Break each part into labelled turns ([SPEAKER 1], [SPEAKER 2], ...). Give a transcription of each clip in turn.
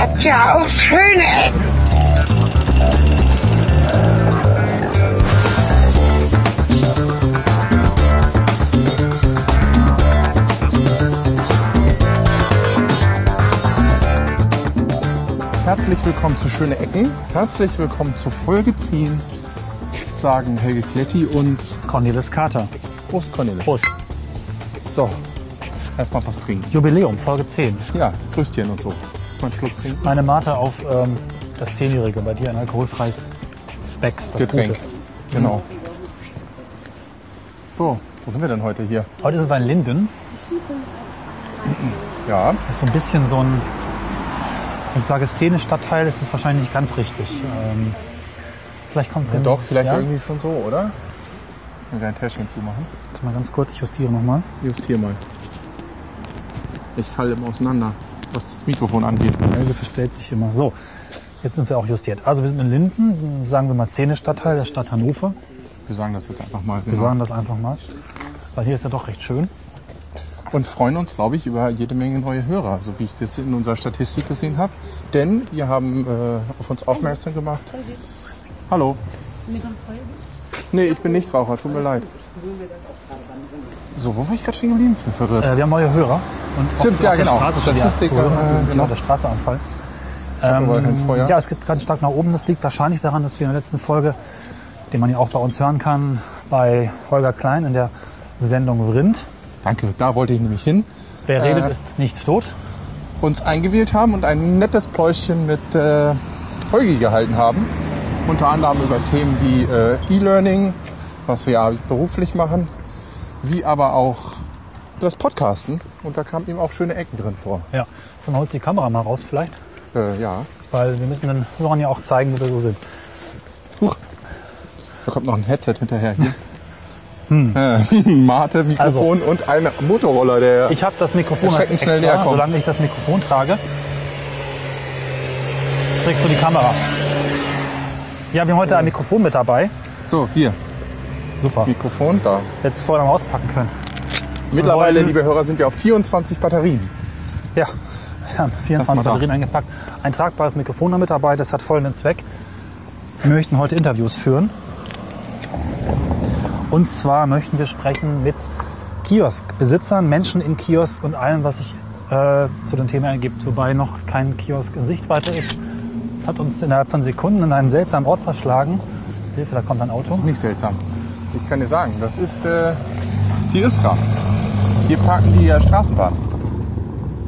[SPEAKER 1] gibt's ja auch schöne Ecken.
[SPEAKER 2] Herzlich willkommen zu Schöne Ecken. Herzlich willkommen zu Folge 10. Sagen Helge Kletti und
[SPEAKER 3] Cornelis Carter.
[SPEAKER 2] Prost Cornelis.
[SPEAKER 3] Prost.
[SPEAKER 2] So, erstmal was trinken.
[SPEAKER 3] Jubiläum, Folge 10.
[SPEAKER 2] Ja, Brüstchen und so. Ist mal einen Schluck trinken.
[SPEAKER 3] Meine Mate auf ähm, das Zehnjährige, bei dir ein alkoholfreies Becks, das
[SPEAKER 2] Getränk.
[SPEAKER 3] Gute.
[SPEAKER 2] Genau. So, wo sind wir denn heute hier?
[SPEAKER 3] Heute sind wir in Linden.
[SPEAKER 2] Ja,
[SPEAKER 3] Das ist so ein bisschen so ein, wenn ich sage Szene-Stadtteil, ist das wahrscheinlich nicht ganz richtig. Ähm, vielleicht kommt es hin.
[SPEAKER 2] doch, vielleicht
[SPEAKER 3] ja?
[SPEAKER 2] irgendwie schon so, oder? Wenn wir dein Täschchen zumachen.
[SPEAKER 3] Warte mal ganz kurz, ich justiere nochmal.
[SPEAKER 2] Justier mal. Ich falle immer auseinander, was das Mikrofon angeht.
[SPEAKER 3] Helge verstellt sich immer. So, jetzt sind wir auch justiert. Also wir sind in Linden, sagen wir mal Szene-Stadtteil der Stadt Hannover.
[SPEAKER 2] Wir sagen das jetzt einfach mal.
[SPEAKER 3] Wir sagen das einfach mal, weil hier ist ja doch recht schön.
[SPEAKER 2] und freuen uns, glaube ich, über jede Menge neue Hörer, so wie ich das in unserer Statistik gesehen habe. Denn wir haben äh, auf uns aufmerksam gemacht. Hallo. Nee, ich bin nicht Raucher, tut mir leid. So, wo war ich gerade stehen geblieben? Ich bin verwirrt.
[SPEAKER 3] Äh, wir haben neue Hörer. Und auch-
[SPEAKER 2] Stimmt, ja,
[SPEAKER 3] auf der
[SPEAKER 2] genau.
[SPEAKER 3] Straße schon wieder
[SPEAKER 2] Statistik,
[SPEAKER 3] abzuhören.
[SPEAKER 2] äh,
[SPEAKER 3] Das ist
[SPEAKER 2] genau.
[SPEAKER 3] immer der Straßeanfall.
[SPEAKER 2] aber kein Feuer.
[SPEAKER 3] Ähm, ja, es geht ganz stark nach oben. Das liegt wahrscheinlich daran, dass wir in der letzten Folge, den man ja auch bei uns hören kann, bei Holger Klein in der Sendung Vrind,
[SPEAKER 2] Danke, da wollte ich nämlich hin.
[SPEAKER 3] Wer
[SPEAKER 2] Äh.
[SPEAKER 3] redet, ist nicht tot.
[SPEAKER 2] Uns eingewählt haben und ein nettes Pläuschchen mit äh, Holgi gehalten haben. Unter anderem über Themen wie äh, E-Learning, was wir ja beruflich machen, wie aber auch das Podcasten. Und da kamen ihm auch schöne Ecken drin vor.
[SPEAKER 3] Ja, dann holt die Kamera mal raus vielleicht,
[SPEAKER 2] Äh, ja.
[SPEAKER 3] weil wir müssen den Hörern ja auch zeigen, wo wir so sind.
[SPEAKER 2] Huch. Da kommt noch ein Headset hinterher hier.
[SPEAKER 3] Hm.
[SPEAKER 2] Äh, Mate, Mikrofon und ein Motorroller, der.
[SPEAKER 3] Also. Ich habe das Mikrofon als
[SPEAKER 2] Erschreckend schnell
[SPEAKER 3] extra,
[SPEAKER 2] näher kommen.
[SPEAKER 3] solange ich das Mikrofon trage, kriegst du die Kamera. Ja, wir haben heute ein Mikrofon mit dabei.
[SPEAKER 2] so, hier,
[SPEAKER 3] Super.
[SPEAKER 2] Mikrofon da.
[SPEAKER 3] Jetzt vorne mal auspacken können.
[SPEAKER 2] Mittlerweile,
[SPEAKER 3] wollen-
[SPEAKER 2] liebe Hörer, sind wir auf 24 Batterien.
[SPEAKER 3] Ja, wir haben
[SPEAKER 2] Lass mal
[SPEAKER 3] 24
[SPEAKER 2] da.
[SPEAKER 3] Batterien eingepackt. Ein tragbares Mikrofon damit dabei, das hat folgenden Zweck. Wir möchten heute Interviews führen. Und zwar möchten wir sprechen mit Kioskbesitzern, Menschen in Kiosk und allem, was sich äh, zu dem Thema ergibt. Wobei noch kein Kiosk in Sichtweite ist. Es hat uns innerhalb von Sekunden an einen seltsamen Ort verschlagen. Hilfe, da kommt ein Auto.
[SPEAKER 2] Ist nicht seltsam. Ich kann dir sagen, das ist äh, die Östra. Hier parken die äh, Straßenbahn.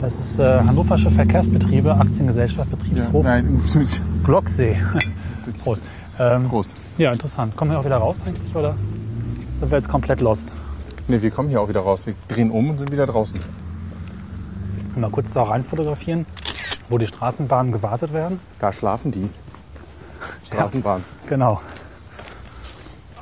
[SPEAKER 3] Das ist äh, Hannoversche Verkehrsbetriebe, Aktiengesellschaft, Betriebshof,
[SPEAKER 2] Nein,
[SPEAKER 3] Glocksee. Prost. Ähm,
[SPEAKER 2] Prost.
[SPEAKER 3] Ja, interessant. Kommen wir auch wieder raus eigentlich oder sind wir jetzt komplett lost?
[SPEAKER 2] Ne, wir kommen hier auch wieder raus. Wir drehen um und sind wieder draußen.
[SPEAKER 3] Mal kurz da rein fotografieren, wo die Straßenbahnen gewartet werden.
[SPEAKER 2] Da schlafen die. Straßenbahn.
[SPEAKER 3] Genau.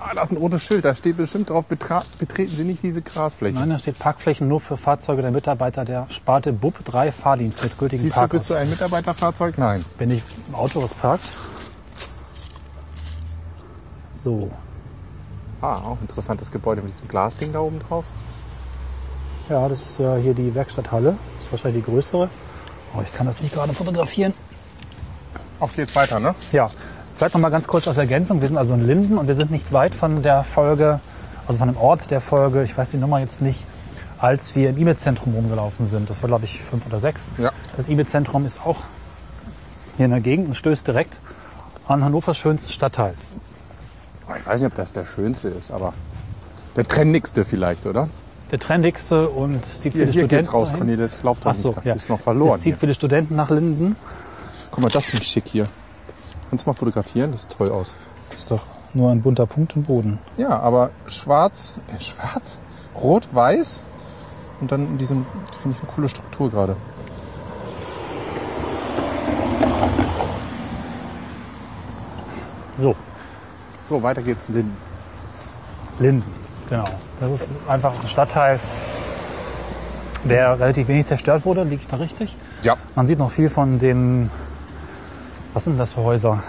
[SPEAKER 2] Ah, da ist ein rotes Schild. Da steht bestimmt drauf, betra betreten Sie nicht diese Grasfläche.
[SPEAKER 3] Nein, da steht Parkflächen nur für Fahrzeuge der Mitarbeiter der Sparte BUB 3 Fahrdienst mit gültigen
[SPEAKER 2] Siehst du, bist du
[SPEAKER 3] Parkausweis.
[SPEAKER 2] ein Mitarbeiterfahrzeug? Nein.
[SPEAKER 3] Wenn ich im Auto was parkt. So.
[SPEAKER 2] Ah, auch interessantes Gebäude mit diesem Glasding da oben drauf.
[SPEAKER 3] Ja, das ist ja hier die Werkstatthalle. Das ist wahrscheinlich die größere. Oh, ich kann das nicht gerade fotografieren.
[SPEAKER 2] Auf geht's weiter, ne?
[SPEAKER 3] Ja, vielleicht noch mal ganz kurz als Ergänzung. Wir sind also in Linden und wir sind nicht weit von der Folge, also von dem Ort der Folge, ich weiß die Nummer jetzt nicht, als wir im E-Mail-Zentrum rumgelaufen sind. Das war, glaube ich, fünf oder sechs.
[SPEAKER 2] Ja.
[SPEAKER 3] Das E-Mail-Zentrum ist auch hier in der Gegend und stößt direkt an Hannovers schönsten Stadtteil.
[SPEAKER 2] Ich weiß nicht, ob das der schönste ist, aber der trendigste vielleicht, oder?
[SPEAKER 3] Der trendigste und es zieht
[SPEAKER 2] Hier,
[SPEAKER 3] viele
[SPEAKER 2] hier
[SPEAKER 3] Studenten
[SPEAKER 2] geht's raus,
[SPEAKER 3] dahin.
[SPEAKER 2] Cornelis. Lauf doch
[SPEAKER 3] Ach so,
[SPEAKER 2] nicht. Das
[SPEAKER 3] ja.
[SPEAKER 2] ist noch verloren.
[SPEAKER 3] Es zieht
[SPEAKER 2] hier.
[SPEAKER 3] viele Studenten nach Linden.
[SPEAKER 2] Guck mal, das ist schick hier. Kannst du mal fotografieren? Das sieht toll aus.
[SPEAKER 3] Das ist doch nur ein bunter Punkt im Boden.
[SPEAKER 2] Ja, aber schwarz, äh, schwarz, rot, weiß und dann in diesem, finde ich, eine coole Struktur gerade.
[SPEAKER 3] So,
[SPEAKER 2] So, weiter geht's in Linden.
[SPEAKER 3] Linden, genau. Das ist einfach ein Stadtteil, der relativ wenig zerstört wurde, liege ich da richtig?
[SPEAKER 2] Ja.
[SPEAKER 3] Man sieht noch viel von den, was sind das für Häuser?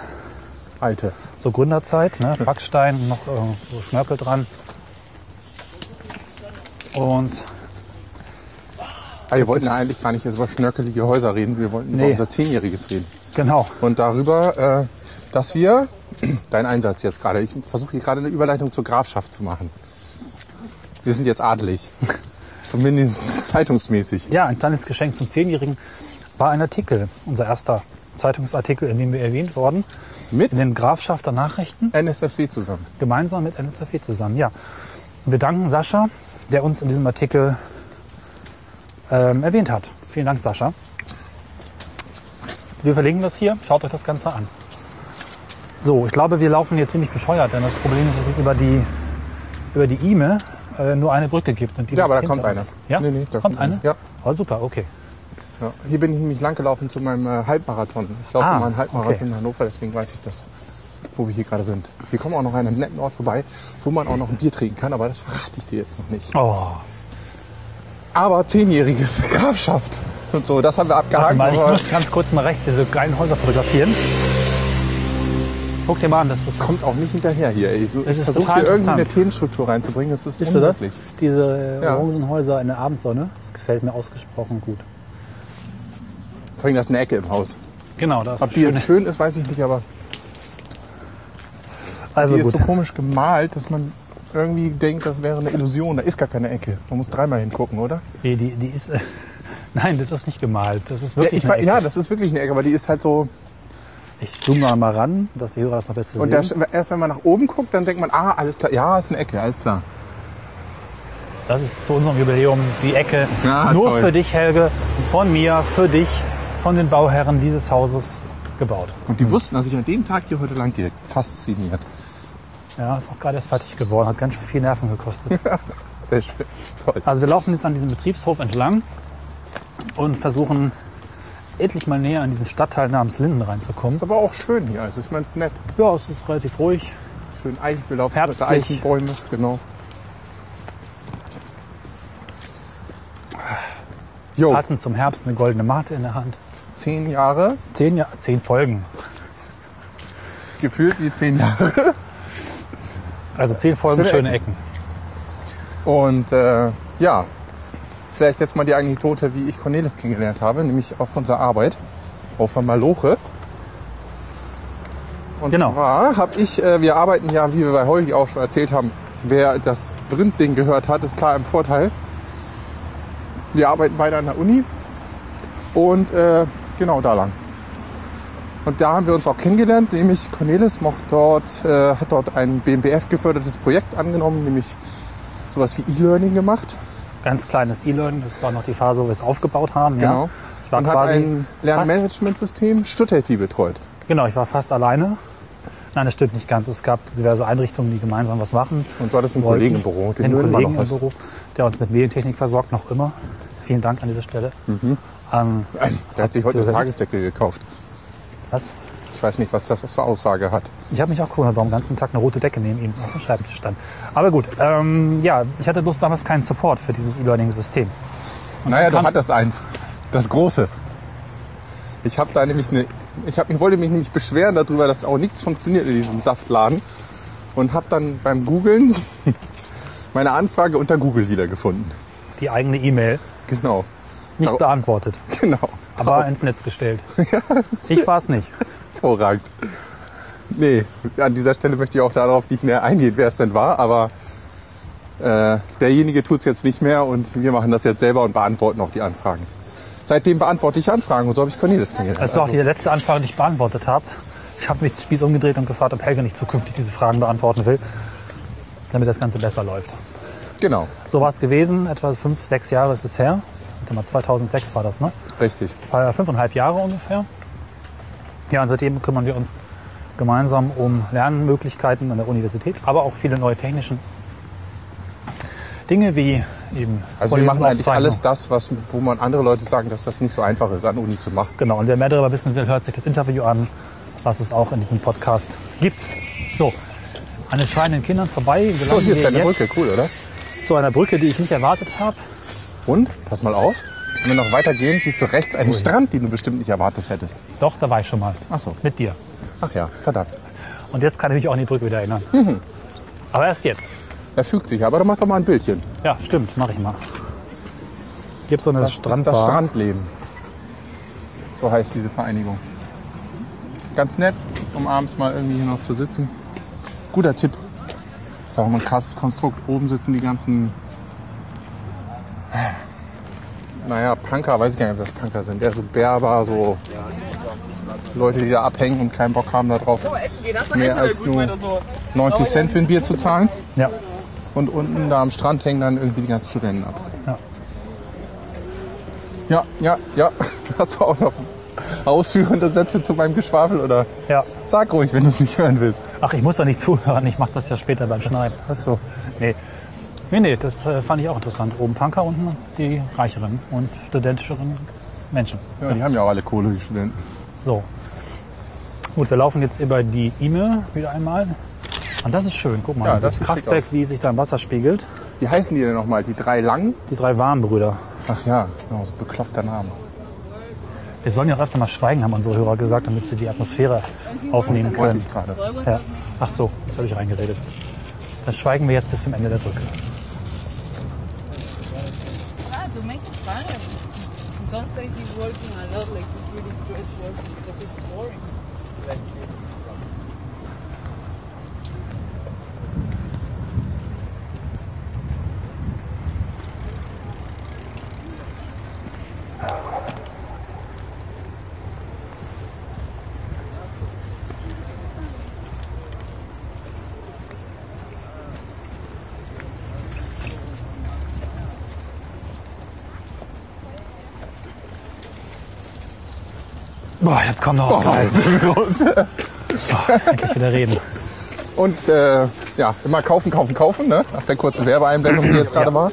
[SPEAKER 2] Alte.
[SPEAKER 3] So Gründerzeit, ne? Backstein, noch äh, so Schnörkel dran. Und
[SPEAKER 2] Ah, wir wollten eigentlich gar nicht jetzt über schnörkelige Häuser reden, wir wollten
[SPEAKER 3] Nee.
[SPEAKER 2] über unser Zehnjähriges reden.
[SPEAKER 3] Genau.
[SPEAKER 2] Und darüber, äh, dass wir, dein Einsatz jetzt gerade, ich versuche hier gerade eine Überleitung zur Grafschaft zu machen. Wir sind jetzt adelig. Zumindest zeitungsmäßig.
[SPEAKER 3] Ja, ein kleines Geschenk zum Zehnjährigen war ein Artikel, unser erster Zeitungsartikel, in dem wir erwähnt wurden,
[SPEAKER 2] Mit
[SPEAKER 3] in den Grafschafter Nachrichten,
[SPEAKER 2] NSFW zusammen.
[SPEAKER 3] gemeinsam mit NSFW zusammen. Ja, Und wir danken Sascha, der uns in diesem Artikel ähm, erwähnt hat. Vielen Dank, Sascha. Wir verlinken das hier. Schaut euch das Ganze an. So, ich glaube, wir laufen hier ziemlich bescheuert, denn das Problem ist, dass es über die über die IME äh, nur eine Brücke gibt. Und die
[SPEAKER 2] Ja, aber da
[SPEAKER 3] hinter
[SPEAKER 2] kommt eine.
[SPEAKER 3] uns. Ja?
[SPEAKER 2] Nee, nee,
[SPEAKER 3] da kommt eine?
[SPEAKER 2] Ja.
[SPEAKER 3] Oh, super, okay.
[SPEAKER 2] Ja. Hier bin ich nämlich langgelaufen zu meinem äh, Halbmarathon. Ich laufe
[SPEAKER 3] Ah,
[SPEAKER 2] mal einen Halbmarathon
[SPEAKER 3] okay.
[SPEAKER 2] in Hannover, deswegen weiß ich das, wo wir hier gerade sind. Wir kommen auch noch an einem netten Ort vorbei, wo man auch noch ein Bier trinken kann, aber das verrate ich dir jetzt noch nicht.
[SPEAKER 3] Oh,
[SPEAKER 2] Aber zehnjähriges Grafschaft und so, das haben wir
[SPEAKER 3] Warte
[SPEAKER 2] abgehakt.
[SPEAKER 3] mal, ich
[SPEAKER 2] aber-
[SPEAKER 3] muss ganz kurz mal rechts diese geilen Häuser fotografieren. Guck dir mal an, das ist,
[SPEAKER 2] kommt auch nicht hinterher hier. Ey. Ich,
[SPEAKER 3] Es
[SPEAKER 2] ich
[SPEAKER 3] ist
[SPEAKER 2] versuche
[SPEAKER 3] total
[SPEAKER 2] hier irgendwie eine
[SPEAKER 3] interessant.
[SPEAKER 2] Themenstruktur reinzubringen. Das ist
[SPEAKER 3] siehst du das?
[SPEAKER 2] unmöglich.
[SPEAKER 3] Diese
[SPEAKER 2] Ja.
[SPEAKER 3] Orangenhäuser in der Abendsonne. Das gefällt mir ausgesprochen gut.
[SPEAKER 2] Vor allem, da ist eine Ecke im Haus.
[SPEAKER 3] Genau, das
[SPEAKER 2] Ob die jetzt schön ist, weiß ich nicht, aber
[SPEAKER 3] Also
[SPEAKER 2] die
[SPEAKER 3] gut.
[SPEAKER 2] ist so komisch gemalt, dass man irgendwie denkt, das wäre eine Illusion. Da ist gar keine Ecke. Man muss dreimal hingucken, oder?
[SPEAKER 3] Nee, die, die ist. äh, Nein, das ist nicht gemalt. Das ist
[SPEAKER 2] Ja, ich,
[SPEAKER 3] wirklich. eine
[SPEAKER 2] war-
[SPEAKER 3] Ecke.
[SPEAKER 2] ja, das ist wirklich eine Ecke, aber die ist halt so.
[SPEAKER 3] ich zoome mal, mal ran, dass die Hörer es noch besser
[SPEAKER 2] Und da,
[SPEAKER 3] sehen.
[SPEAKER 2] erst wenn man nach oben guckt, dann denkt man, ah, alles klar. Ja, ist eine Ecke, alles klar.
[SPEAKER 3] Das ist zu unserem Jubiläum die Ecke.
[SPEAKER 2] Ja,
[SPEAKER 3] nur
[SPEAKER 2] toll.
[SPEAKER 3] für dich, Helge, von mir, für dich, von den Bauherren dieses Hauses gebaut.
[SPEAKER 2] Und die wussten, dass ich an dem Tag hier heute lang gehe. Fasziniert.
[SPEAKER 3] Ja, ist auch gerade erst fertig geworden, hat ganz schön viel Nerven gekostet.
[SPEAKER 2] Sehr schön. Toll.
[SPEAKER 3] Also wir laufen jetzt an diesem Betriebshof entlang und versuchen endlich mal näher an diesen Stadtteil namens Linden reinzukommen.
[SPEAKER 2] Ist aber auch schön hier. Also ich meine, es ist nett.
[SPEAKER 3] Ja, es ist relativ ruhig.
[SPEAKER 2] Schön Eichenbelauf,
[SPEAKER 3] Herbstlich.
[SPEAKER 2] Eichenbäume, genau. Jo,
[SPEAKER 3] Oh. Passend zum Herbst eine goldene Mate in der Hand.
[SPEAKER 2] zehn Jahre,
[SPEAKER 3] Zehn, ja zehn Folgen.
[SPEAKER 2] gefühlt wie zehn Jahre.
[SPEAKER 3] Also zehn Folgen,
[SPEAKER 2] Schöne
[SPEAKER 3] schöne, Ecken.
[SPEAKER 2] Und äh, ja, vielleicht jetzt mal die Anekdote, wie ich Cornelis kennengelernt habe, nämlich auf unserer Arbeit, auf der Maloche. Und
[SPEAKER 3] Genau.
[SPEAKER 2] zwar habe ich, äh, wir arbeiten ja, wie wir bei Holgi auch schon erzählt haben, wer das Brindling gehört hat, ist klar im Vorteil. Wir arbeiten beide an der Uni und äh, genau da lang. Und da haben wir uns auch kennengelernt, nämlich Cornelis macht dort, äh, hat dort ein BMBF gefördertes Projekt angenommen, nämlich sowas wie E-Learning gemacht.
[SPEAKER 3] Ganz kleines E-Learning, das war noch die Phase, wo wir es aufgebaut haben.
[SPEAKER 2] Genau.
[SPEAKER 3] Ja. Ich war
[SPEAKER 2] und hat
[SPEAKER 3] quasi
[SPEAKER 2] ein
[SPEAKER 3] fast,
[SPEAKER 2] Lernmanagementsystem Stuttgart betreut.
[SPEAKER 3] genau, ich war fast alleine. Nein, das stimmt nicht ganz. Es gab diverse Einrichtungen, die gemeinsam was machen.
[SPEAKER 2] Und du hattest einen
[SPEAKER 3] wollten.
[SPEAKER 2] Kollegen im Büro,
[SPEAKER 3] den,
[SPEAKER 2] du immer
[SPEAKER 3] Kollegen
[SPEAKER 2] noch
[SPEAKER 3] im
[SPEAKER 2] hast.
[SPEAKER 3] Büro, der uns mit Medientechnik versorgt, noch immer. Vielen Dank an dieser Stelle.
[SPEAKER 2] Mhm.
[SPEAKER 3] Ähm, An
[SPEAKER 2] Der hat sich heute eine
[SPEAKER 3] Direkt.
[SPEAKER 2] Tagesdecke gekauft.
[SPEAKER 3] was?
[SPEAKER 2] Ich weiß nicht, was das für Aussage hat.
[SPEAKER 3] Ich habe mich auch gewundert, warum den ganzen Tag eine rote Decke neben ihm auf dem Schreibtisch stand. Aber gut, ähm, ja, ich hatte bloß damals keinen Support für dieses E-Learning-System.
[SPEAKER 2] naja, du
[SPEAKER 3] kannst-
[SPEAKER 2] hattest eins. Das große. Ich habe da nämlich eine. Ich, hab, ich wollte mich nämlich beschweren darüber, dass auch nichts funktioniert in diesem Saftladen. Und habe dann beim Googlen meine Anfrage unter Google wiedergefunden.
[SPEAKER 3] Die eigene E-Mail
[SPEAKER 2] Genau.
[SPEAKER 3] nicht
[SPEAKER 2] Aber-
[SPEAKER 3] beantwortet,
[SPEAKER 2] Genau.
[SPEAKER 3] aber ins Netz gestellt. Ich war es nicht.
[SPEAKER 2] Hervorragend. Nee, an dieser Stelle möchte ich auch darauf nicht mehr eingehen, wer es denn war, aber äh, derjenige tut es jetzt nicht mehr und wir machen das jetzt selber und beantworten auch die Anfragen. Seitdem beantworte ich Anfragen und so habe ich Cornelis kennengelernt.
[SPEAKER 3] Das war auch die letzte Anfrage, die ich beantwortet habe. Ich habe mich den Spieß umgedreht und gefragt, ob Helge nicht zukünftig diese Fragen beantworten will, damit das Ganze besser läuft.
[SPEAKER 2] Genau,
[SPEAKER 3] So war es gewesen, etwa fünf, sechs Jahre ist es her. Warte mal, 2006 war das, ne?
[SPEAKER 2] richtig.
[SPEAKER 3] War ja fünfeinhalb Jahre ungefähr. Ja, und seitdem kümmern wir uns gemeinsam um Lernmöglichkeiten an der Universität, aber auch viele neue technischen Dinge wie eben.
[SPEAKER 2] Also wir machen eigentlich
[SPEAKER 3] Folienaufzeichnung.
[SPEAKER 2] alles das, was, wo man andere Leute sagen, dass das nicht so einfach ist, an Uni zu machen.
[SPEAKER 3] Genau, und wer mehr darüber wissen will, hört sich das Interview an, was es auch in diesem Podcast gibt. So, an den schreienden Kindern vorbei. Wir
[SPEAKER 2] Oh, hier ist
[SPEAKER 3] wir
[SPEAKER 2] deine
[SPEAKER 3] jetzt
[SPEAKER 2] Brücke, cool, oder?
[SPEAKER 3] Zu einer Brücke, die ich nicht erwartet habe.
[SPEAKER 2] Und, pass mal auf, wenn wir noch weitergehen, siehst du rechts einen Strand, den du bestimmt nicht erwartet hättest.
[SPEAKER 3] Doch, da war ich schon mal.
[SPEAKER 2] Ach so.
[SPEAKER 3] Mit dir.
[SPEAKER 2] Ach ja, verdammt.
[SPEAKER 3] Und jetzt kann ich mich auch an die Brücke wieder erinnern.
[SPEAKER 2] Mhm.
[SPEAKER 3] Aber erst jetzt.
[SPEAKER 2] Er fügt sich, aber dann mach doch mal ein Bildchen.
[SPEAKER 3] Ja, stimmt, mache ich mal. Gibt so eine
[SPEAKER 2] Das
[SPEAKER 3] Strandbar.
[SPEAKER 2] ist das Strandleben. So heißt diese Vereinigung. Ganz nett, um abends mal irgendwie hier noch zu sitzen. Guter Tipp. Ist auch immer ein krasses Konstrukt. Oben sitzen die ganzen. Naja, Punker, weiß ich gar nicht, was Punker sind. Eher so Berber, so Leute, die da abhängen und keinen Bock haben darauf, mehr als nur 90 Cent für ein Bier zu zahlen.
[SPEAKER 3] Ja.
[SPEAKER 2] Und unten da am Strand hängen dann irgendwie die ganzen Studenten ab.
[SPEAKER 3] Ja.
[SPEAKER 2] Ja, ja, ja. Hast du auch noch ausführende Sätze zu meinem Geschwafel oder
[SPEAKER 3] ja.
[SPEAKER 2] sag ruhig, wenn du es nicht hören willst.
[SPEAKER 3] Ach, ich muss da nicht zuhören. Ich mache das ja später beim Schneiden.
[SPEAKER 2] Achso.
[SPEAKER 3] Nee. Nee, nee, das äh, fand ich auch interessant. Oben Punker, unten die reicheren und studentischeren Menschen.
[SPEAKER 2] Ja, die haben ja auch alle Kohle, die Studenten.
[SPEAKER 3] So. Gut, wir laufen jetzt über die Ime wieder einmal. Und das ist schön. Guck mal,
[SPEAKER 2] Ja, das
[SPEAKER 3] dieses
[SPEAKER 2] sieht schick
[SPEAKER 3] Kraftwerk,
[SPEAKER 2] aus.
[SPEAKER 3] wie sich da im Wasser spiegelt.
[SPEAKER 2] Wie heißen die denn nochmal? Die drei langen?
[SPEAKER 3] Die drei Warmbrüder.
[SPEAKER 2] Ach ja, genau, so bekloppter Name.
[SPEAKER 3] Wir sollen ja auch öfter mal schweigen, haben unsere Hörer gesagt, damit sie die Atmosphäre aufnehmen
[SPEAKER 2] Wollte
[SPEAKER 3] können.
[SPEAKER 2] ich gerade.
[SPEAKER 3] Ja. Ach so, jetzt habe ich reingeredet. Dann schweigen wir jetzt bis zum Ende der Brücke.
[SPEAKER 4] Ah, to make it fun. Don't say he's working a lot, like he's really stressed working because it's boring.
[SPEAKER 3] Boah, jetzt kommt noch oh. endlich wieder reden.
[SPEAKER 2] Und äh, ja, immer kaufen, kaufen, kaufen, ne? Nach der kurzen Werbeeinblendung, die jetzt gerade war.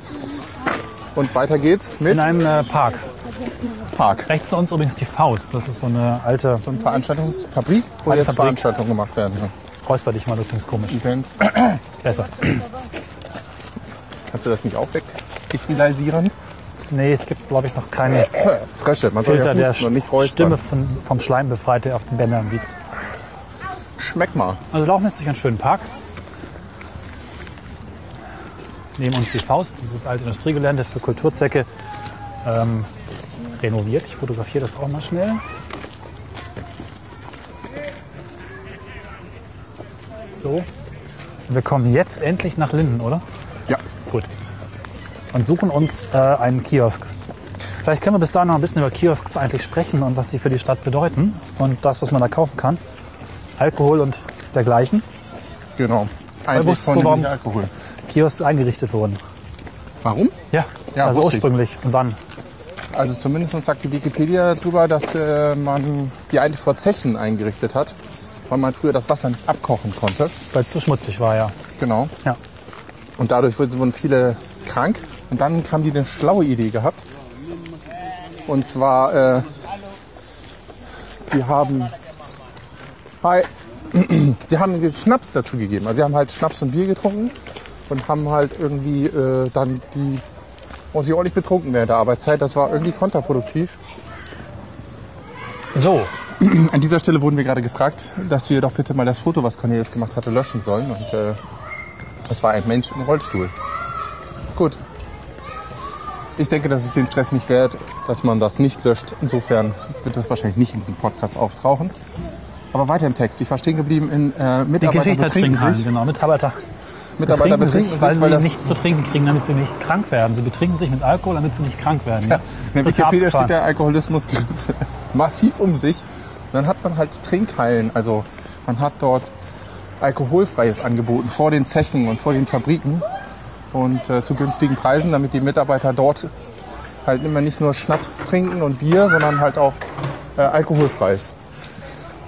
[SPEAKER 2] Und weiter geht's mit
[SPEAKER 3] In einem äh, Park.
[SPEAKER 2] Park.
[SPEAKER 3] Rechts von uns übrigens die Faust. Das ist so eine alte.
[SPEAKER 2] So eine Veranstaltungsfabrik, wo
[SPEAKER 3] Eine
[SPEAKER 2] jetzt
[SPEAKER 3] Fabrik.
[SPEAKER 2] Veranstaltungen gemacht werden. ne?
[SPEAKER 3] Räusper dich mal, du klingst komisch.
[SPEAKER 2] Events.
[SPEAKER 3] Besser.
[SPEAKER 2] Kannst du das nicht aufwegkriminalisieren?
[SPEAKER 3] Nee, es gibt, glaube ich, noch keine
[SPEAKER 2] Frösche, man soll
[SPEAKER 3] Filter,
[SPEAKER 2] ja
[SPEAKER 3] der
[SPEAKER 2] husten und nicht räuspern.
[SPEAKER 3] Stimme von, vom Schleim befreit, der auf den Bändern liegt.
[SPEAKER 2] Schmeck mal.
[SPEAKER 3] Also laufen jetzt durch einen schönen Park. Neben uns die Faust, dieses alte Industriegelände für Kulturzwecke ähm, renoviert. Ich fotografiere das auch mal schnell. So. Wir kommen jetzt endlich nach Linden, oder?
[SPEAKER 2] Ja.
[SPEAKER 3] Gut. Und suchen uns äh, einen Kiosk. Vielleicht können wir bis dahin noch ein bisschen über Kiosks eigentlich sprechen und was sie für die Stadt bedeuten und das, was man da kaufen kann. Alkohol und dergleichen.
[SPEAKER 2] Genau. Eigentlich
[SPEAKER 3] wusstest
[SPEAKER 2] von
[SPEAKER 3] du,
[SPEAKER 2] dem
[SPEAKER 3] warum-
[SPEAKER 2] nicht Alkohol.
[SPEAKER 3] Kiosks eingerichtet wurden.
[SPEAKER 2] Warum?
[SPEAKER 3] Ja,
[SPEAKER 2] Ja,
[SPEAKER 3] also
[SPEAKER 2] wusste ich.
[SPEAKER 3] ursprünglich. Und wann?
[SPEAKER 2] Also zumindest sagt die Wikipedia darüber, dass äh, man die eigentlich vor Zechen eingerichtet hat, weil man früher das Wasser nicht abkochen konnte.
[SPEAKER 3] Weil es zu schmutzig war, ja.
[SPEAKER 2] Genau.
[SPEAKER 3] Ja,
[SPEAKER 2] Und dadurch wurden viele krank. Und dann haben die eine schlaue Idee gehabt. Und zwar, äh, sie haben, hi, sie haben Schnaps dazu gegeben. Also sie haben halt Schnaps und Bier getrunken und haben halt irgendwie äh, dann die, und sie ordentlich betrunken während der Arbeitszeit. Das war irgendwie kontraproduktiv.
[SPEAKER 3] So,
[SPEAKER 2] An dieser Stelle wurden wir gerade gefragt, dass wir doch bitte mal das Foto, was Cornelius gemacht hatte, löschen sollen. Und äh, das war ein Mensch im Rollstuhl. Gut. Ich denke, das ist den Stress nicht wert, dass man das nicht löscht. Insofern wird das wahrscheinlich nicht in diesem Podcast auftauchen. Aber weiter im Text. Ich war stehen geblieben in äh,
[SPEAKER 3] die
[SPEAKER 2] Mitarbeiter
[SPEAKER 3] Geschichte
[SPEAKER 2] betrinken
[SPEAKER 3] trinken
[SPEAKER 2] sich.
[SPEAKER 3] genau. Mitarbeiter
[SPEAKER 2] Mitarbeiter
[SPEAKER 3] betrinken sich,
[SPEAKER 2] betrinken
[SPEAKER 3] weil
[SPEAKER 2] sich, weil
[SPEAKER 3] sie
[SPEAKER 2] das
[SPEAKER 3] nichts zu trinken kriegen, damit sie nicht krank werden. Sie betrinken sich mit Alkohol, damit sie nicht krank werden. Ja,
[SPEAKER 2] In der
[SPEAKER 3] Total
[SPEAKER 2] Wikipedia
[SPEAKER 3] abgefahren.
[SPEAKER 2] steht der Alkoholismus griff massiv um sich. Und dann hat man halt Trinkhallen. Also man hat dort alkoholfreies angeboten vor den Zechen und vor den Fabriken und äh, zu günstigen Preisen, damit die Mitarbeiter dort halt immer nicht nur Schnaps trinken und Bier, sondern halt auch äh, alkoholfreies.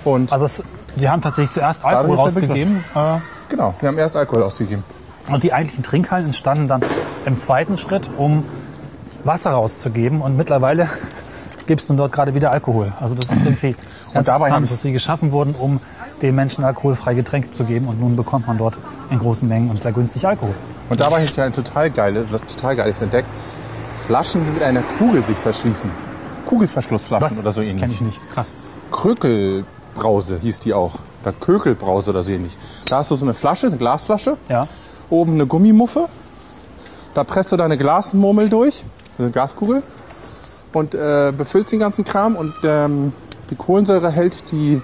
[SPEAKER 2] Und
[SPEAKER 3] Also es, sie haben tatsächlich zuerst Alkohol
[SPEAKER 2] Dadurch ist der
[SPEAKER 3] rausgegeben. Äh,
[SPEAKER 2] genau, wir haben erst Alkohol ausgegeben.
[SPEAKER 3] Und die eigentlichen Trinkhallen entstanden dann im zweiten Schritt, um Wasser rauszugeben. Und mittlerweile gibt es nun dort gerade wieder Alkohol. Also das ist irgendwie ganz
[SPEAKER 2] dabei haben
[SPEAKER 3] interessant,
[SPEAKER 2] sie-
[SPEAKER 3] dass sie geschaffen wurden, um den Menschen alkoholfrei Getränke zu geben. Und nun bekommt man dort in großen Mengen und sehr günstig Alkohol.
[SPEAKER 2] Und dabei habe ich ein total geiles, was total geiles entdeckt. Flaschen, die mit einer Kugel sich verschließen. Kugelverschlussflaschen oder so ähnlich.
[SPEAKER 3] Kenn ich nicht. Krass.
[SPEAKER 2] Krökelbrause hieß die auch. Oder Kökelbrause oder so ähnlich. Da hast du so eine Flasche, eine Glasflasche,
[SPEAKER 3] Ja.
[SPEAKER 2] oben eine Gummimuffe. Da presst du deine Glasmurmel durch eine Gaskugel und äh, befüllt den ganzen Kram und ähm, die Kohlensäure hält die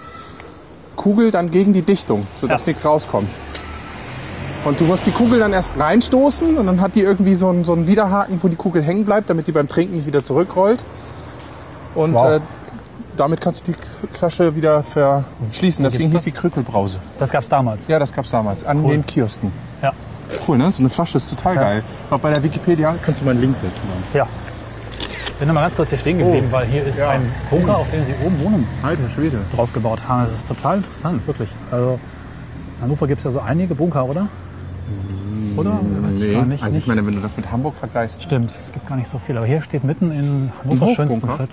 [SPEAKER 2] Kugel dann gegen die Dichtung, sodass
[SPEAKER 3] Ja.
[SPEAKER 2] nichts rauskommt. Und du musst die Kugel dann erst reinstoßen und dann hat die irgendwie so einen, so einen Widerhaken, wo die Kugel hängen bleibt, damit die beim Trinken nicht wieder zurückrollt. Und
[SPEAKER 3] Wow.
[SPEAKER 2] äh, damit kannst du die K- Flasche wieder verschließen. Deswegen hieß
[SPEAKER 3] gibt's
[SPEAKER 2] die Krükelbrause.
[SPEAKER 3] Das gab's damals.
[SPEAKER 2] Ja, das gab's damals an den Kiosken.
[SPEAKER 3] Ja.
[SPEAKER 2] Cool, ne? So eine Flasche ist total geil. Auch bei der Wikipedia kannst du mal einen Link setzen.
[SPEAKER 3] ja. Bin noch mal ganz kurz hier stehen geblieben, weil hier ist
[SPEAKER 2] Oh. ja.
[SPEAKER 3] ein Bunker, auf dem sie oben wohnen,
[SPEAKER 2] Alter Schwede.
[SPEAKER 3] draufgebaut haben. Das ist total interessant, wirklich. Also, in Hannover gibt's ja so einige Bunker, oder? Oder? Weiß ich gar nicht.
[SPEAKER 2] Mm, also ich
[SPEAKER 3] nicht.
[SPEAKER 2] meine, wenn du das mit Hamburg vergleichst.
[SPEAKER 3] Stimmt, es gibt gar nicht so viel. Aber hier steht mitten in
[SPEAKER 2] Hochbunker?
[SPEAKER 3] Hannovers schönsten Viertel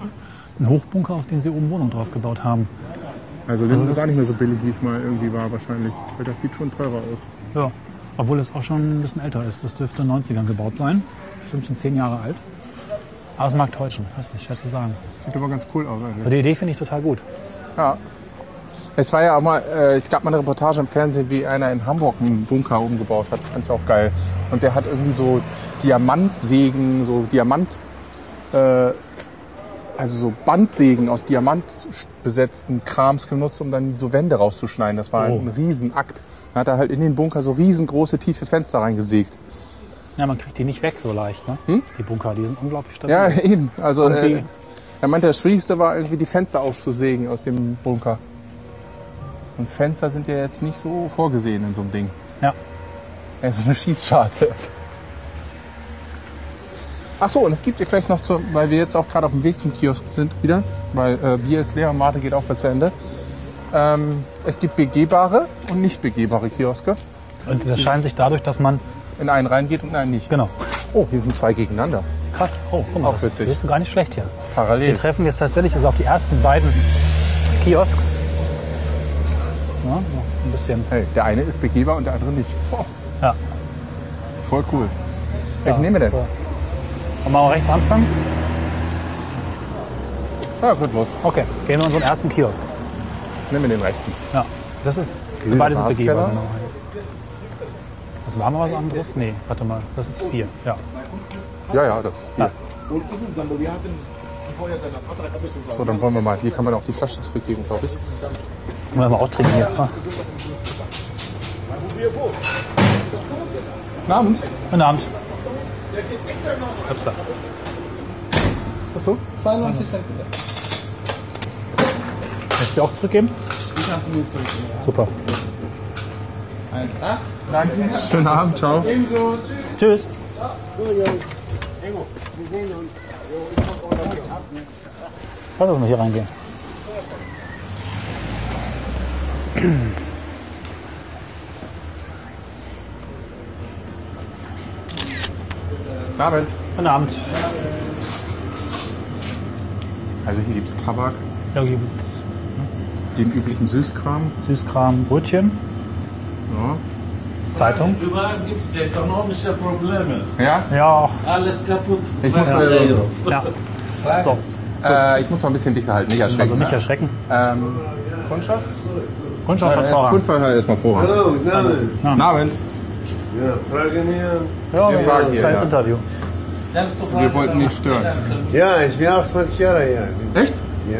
[SPEAKER 3] ein Hochbunker, auf den sie oben Wohnung draufgebaut haben.
[SPEAKER 2] Also Linden
[SPEAKER 3] das
[SPEAKER 2] ist auch nicht
[SPEAKER 3] ist-
[SPEAKER 2] mehr so billig, wie es mal irgendwie war wahrscheinlich. Weil das sieht schon teurer aus.
[SPEAKER 3] Ja, obwohl es auch schon ein bisschen älter ist. Das dürfte in den 90ern gebaut sein. Bestimmt schon zehn Jahre alt. Aber es mag täuschen, weiß nicht, schwer zu sagen.
[SPEAKER 2] Sieht aber ganz cool aus eigentlich.
[SPEAKER 3] Aber die Idee finde ich total gut.
[SPEAKER 2] Ja. Es war ja auch mal, äh, es gab mal eine Reportage im Fernsehen, wie einer in Hamburg einen Bunker umgebaut hat. Das fand ich auch geil. Und der hat irgendwie so Diamantsägen, so Diamant, äh, also so Bandsägen aus Diamant besetzten Krams genutzt, um dann so Wände rauszuschneiden. Das war
[SPEAKER 3] Oh.
[SPEAKER 2] ein Riesenakt. Dann hat er halt in den Bunker so riesengroße, tiefe Fenster reingesägt.
[SPEAKER 3] Ja, man kriegt die nicht weg so leicht, ne? Die Bunker, die sind unglaublich stabil.
[SPEAKER 2] Hm? Ja, eben. Also
[SPEAKER 3] Und wie?
[SPEAKER 2] äh, er meinte, das Schwierigste war irgendwie die Fenster auszusägen aus dem Bunker. Und Fenster sind ja jetzt nicht so vorgesehen in so einem Ding.
[SPEAKER 3] Ja.
[SPEAKER 2] Er ist so eine Schießscharte. Ach so, und es gibt hier vielleicht noch, zu, weil wir jetzt auch gerade auf dem Weg zum Kiosk sind wieder, weil äh, Bier ist leer und Mate geht auch bald zu Ende. Ähm, es gibt begehbare und nicht begehbare Kioske.
[SPEAKER 3] Und das scheint sich dadurch, dass man.
[SPEAKER 2] In einen reingeht und in einen nicht.
[SPEAKER 3] Genau.
[SPEAKER 2] Oh, hier sind zwei gegeneinander.
[SPEAKER 3] Krass. Oh, guck mal,
[SPEAKER 2] Auch
[SPEAKER 3] das
[SPEAKER 2] witzig.
[SPEAKER 3] ist gar nicht schlecht hier.
[SPEAKER 2] Parallel.
[SPEAKER 3] Wir treffen jetzt tatsächlich also auf die ersten beiden Kiosks. Ja, noch ein bisschen.
[SPEAKER 2] Hey, der eine ist begehbar und der andere nicht. Oh,
[SPEAKER 3] Ja.
[SPEAKER 2] voll cool. Welchen
[SPEAKER 3] ja,
[SPEAKER 2] nehmen wir
[SPEAKER 3] das
[SPEAKER 2] denn?
[SPEAKER 3] ist, äh, Wollen wir mal rechts anfangen?
[SPEAKER 2] Ja, gut, los.
[SPEAKER 3] Okay, gehen wir in unseren ersten Kiosk.
[SPEAKER 2] Nehmen wir den rechten.
[SPEAKER 3] Ja, das ist.
[SPEAKER 2] Grill-
[SPEAKER 3] Wir beide sind
[SPEAKER 2] Harzkeller?
[SPEAKER 3] begehbar. Genau. Das war mal was anderes? Nee, warte mal. Das ist das Bier. Ja.
[SPEAKER 2] Ja, ja, das ist Bier. So, dann wollen wir mal. Hier kann man auch die Flasche zurückgeben, glaube ich.
[SPEAKER 3] Das wollen wir auch trinken hier. Ah.
[SPEAKER 2] Guten Abend.
[SPEAKER 3] Guten Abend. Upsa.
[SPEAKER 2] Achso.
[SPEAKER 5] 92 Cent bitte.
[SPEAKER 3] Möchtest du auch zurückgeben?
[SPEAKER 5] Die ganzen Nudeln.
[SPEAKER 3] Super.
[SPEAKER 5] 1,8.
[SPEAKER 2] Schönen Abend, ciao.
[SPEAKER 5] Ebenso. Tschüss.
[SPEAKER 3] Tschüss. Lass uns mal hier reingehen.
[SPEAKER 2] Guten Abend.
[SPEAKER 3] Guten Abend.
[SPEAKER 2] Also hier gibt es Tabak,
[SPEAKER 3] Da gibt es
[SPEAKER 2] den üblichen Süßkram.
[SPEAKER 3] Süßkram, Brötchen,
[SPEAKER 2] Ja.
[SPEAKER 3] Zeitung.
[SPEAKER 6] Überall gibt es ökonomische Probleme.
[SPEAKER 2] ja.
[SPEAKER 3] Ja, ach,
[SPEAKER 6] Alles kaputt.
[SPEAKER 2] Ich muss,
[SPEAKER 6] Bei
[SPEAKER 2] ähm,
[SPEAKER 6] Euro.
[SPEAKER 3] ja. So,
[SPEAKER 2] Äh, ich muss mal ein bisschen dicker halten, nicht erschrecken.
[SPEAKER 3] also nicht
[SPEAKER 2] ne?
[SPEAKER 3] erschrecken.
[SPEAKER 2] Ähm, Kundschaft?
[SPEAKER 3] Kundschaft hat
[SPEAKER 2] Äh,
[SPEAKER 3] Vorrang.
[SPEAKER 2] Kundschaft hat erstmal Vorrang.
[SPEAKER 7] Hallo, guten Abend.
[SPEAKER 2] Guten Abend.
[SPEAKER 7] Oh, Ja, Fragen hier?
[SPEAKER 3] Ja,
[SPEAKER 2] wir fragen hier,
[SPEAKER 3] kleines
[SPEAKER 2] ja.
[SPEAKER 3] Interview.
[SPEAKER 6] Darfst du
[SPEAKER 2] Wir
[SPEAKER 6] fragen,
[SPEAKER 2] wollten nicht
[SPEAKER 6] warum?
[SPEAKER 2] stören.
[SPEAKER 7] Ja, ich bin 28 Jahre alt.
[SPEAKER 2] Echt?
[SPEAKER 7] Ja.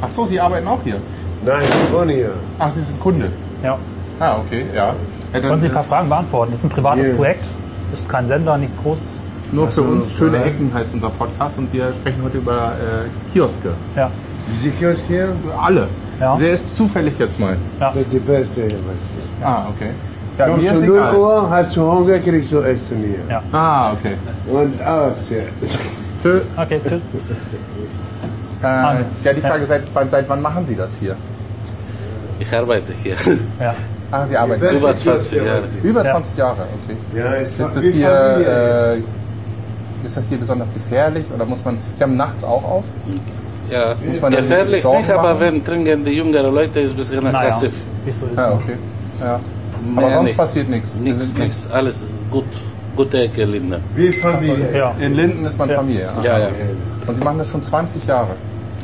[SPEAKER 2] Ach so, Sie arbeiten auch hier.
[SPEAKER 7] Nein, ich wohne hier.
[SPEAKER 2] Ach, Sie sind Kunde.
[SPEAKER 3] Ja.
[SPEAKER 2] Ah, okay, ja. ja dann,
[SPEAKER 3] Wollen Sie ein paar Fragen beantworten? Das ist ein privates
[SPEAKER 7] Ja.
[SPEAKER 3] Projekt. Ist kein Sender, nichts Großes.
[SPEAKER 2] Nur für
[SPEAKER 7] Ach so,
[SPEAKER 2] uns schöne
[SPEAKER 7] ja.
[SPEAKER 2] Ecken heißt unser Podcast und wir sprechen heute über äh, Kioske.
[SPEAKER 3] Ja.
[SPEAKER 7] Diese Kiosk hier?
[SPEAKER 2] Alle.
[SPEAKER 3] Ja.
[SPEAKER 2] Der ist zufällig jetzt mal.
[SPEAKER 7] Das ist die beste hier. Was hier.
[SPEAKER 2] Ah, okay. Ja, mir
[SPEAKER 7] Kommst
[SPEAKER 2] ist
[SPEAKER 7] du 0
[SPEAKER 2] egal.
[SPEAKER 7] Uhr, hast du Hunger, kriegst du Essen hier.
[SPEAKER 3] Ja.
[SPEAKER 2] Ah, okay.
[SPEAKER 7] Und ah, aus hier.
[SPEAKER 2] Tö,
[SPEAKER 3] Okay, tschüss.
[SPEAKER 2] äh, ja, die Frage, seit, wann- seit wann machen Sie das hier?
[SPEAKER 6] Ich arbeite hier.
[SPEAKER 3] Ja.
[SPEAKER 2] Ah, Sie arbeiten.
[SPEAKER 7] Beste
[SPEAKER 6] Über
[SPEAKER 7] Kiosk
[SPEAKER 6] 20
[SPEAKER 7] hier,
[SPEAKER 6] Jahre.
[SPEAKER 7] was
[SPEAKER 2] Über
[SPEAKER 3] Ja.
[SPEAKER 2] 20 Jahre, okay.
[SPEAKER 7] hier. Ja, es
[SPEAKER 2] Ist das
[SPEAKER 7] viel
[SPEAKER 2] hier,
[SPEAKER 7] Familie.
[SPEAKER 2] äh, ist das hier besonders gefährlich oder muss man, Sie haben nachts auch auf?
[SPEAKER 6] Ja.
[SPEAKER 2] Muss man dann
[SPEAKER 6] Gefährlich
[SPEAKER 2] Sorgen
[SPEAKER 6] nicht, aber
[SPEAKER 2] machen?
[SPEAKER 6] wenn trinken die jüngere Leute, ist ein bisschen
[SPEAKER 3] Naja,
[SPEAKER 6] aggressiv.
[SPEAKER 3] wie es so ist.
[SPEAKER 2] Ja, Ah, okay. Ja. Aber
[SPEAKER 6] Mehr
[SPEAKER 2] sonst
[SPEAKER 6] nicht.
[SPEAKER 2] passiert nichts. Wir
[SPEAKER 6] Nichts,
[SPEAKER 2] sind nicht-
[SPEAKER 6] nichts, alles gut. Gute Ecke, Linda.
[SPEAKER 2] äh,
[SPEAKER 7] Wie Familie.
[SPEAKER 3] Ja.
[SPEAKER 2] In Linden ist man Familie. Ah,
[SPEAKER 6] Ja, ja.
[SPEAKER 2] okay. Und Sie machen das schon 20 Jahre.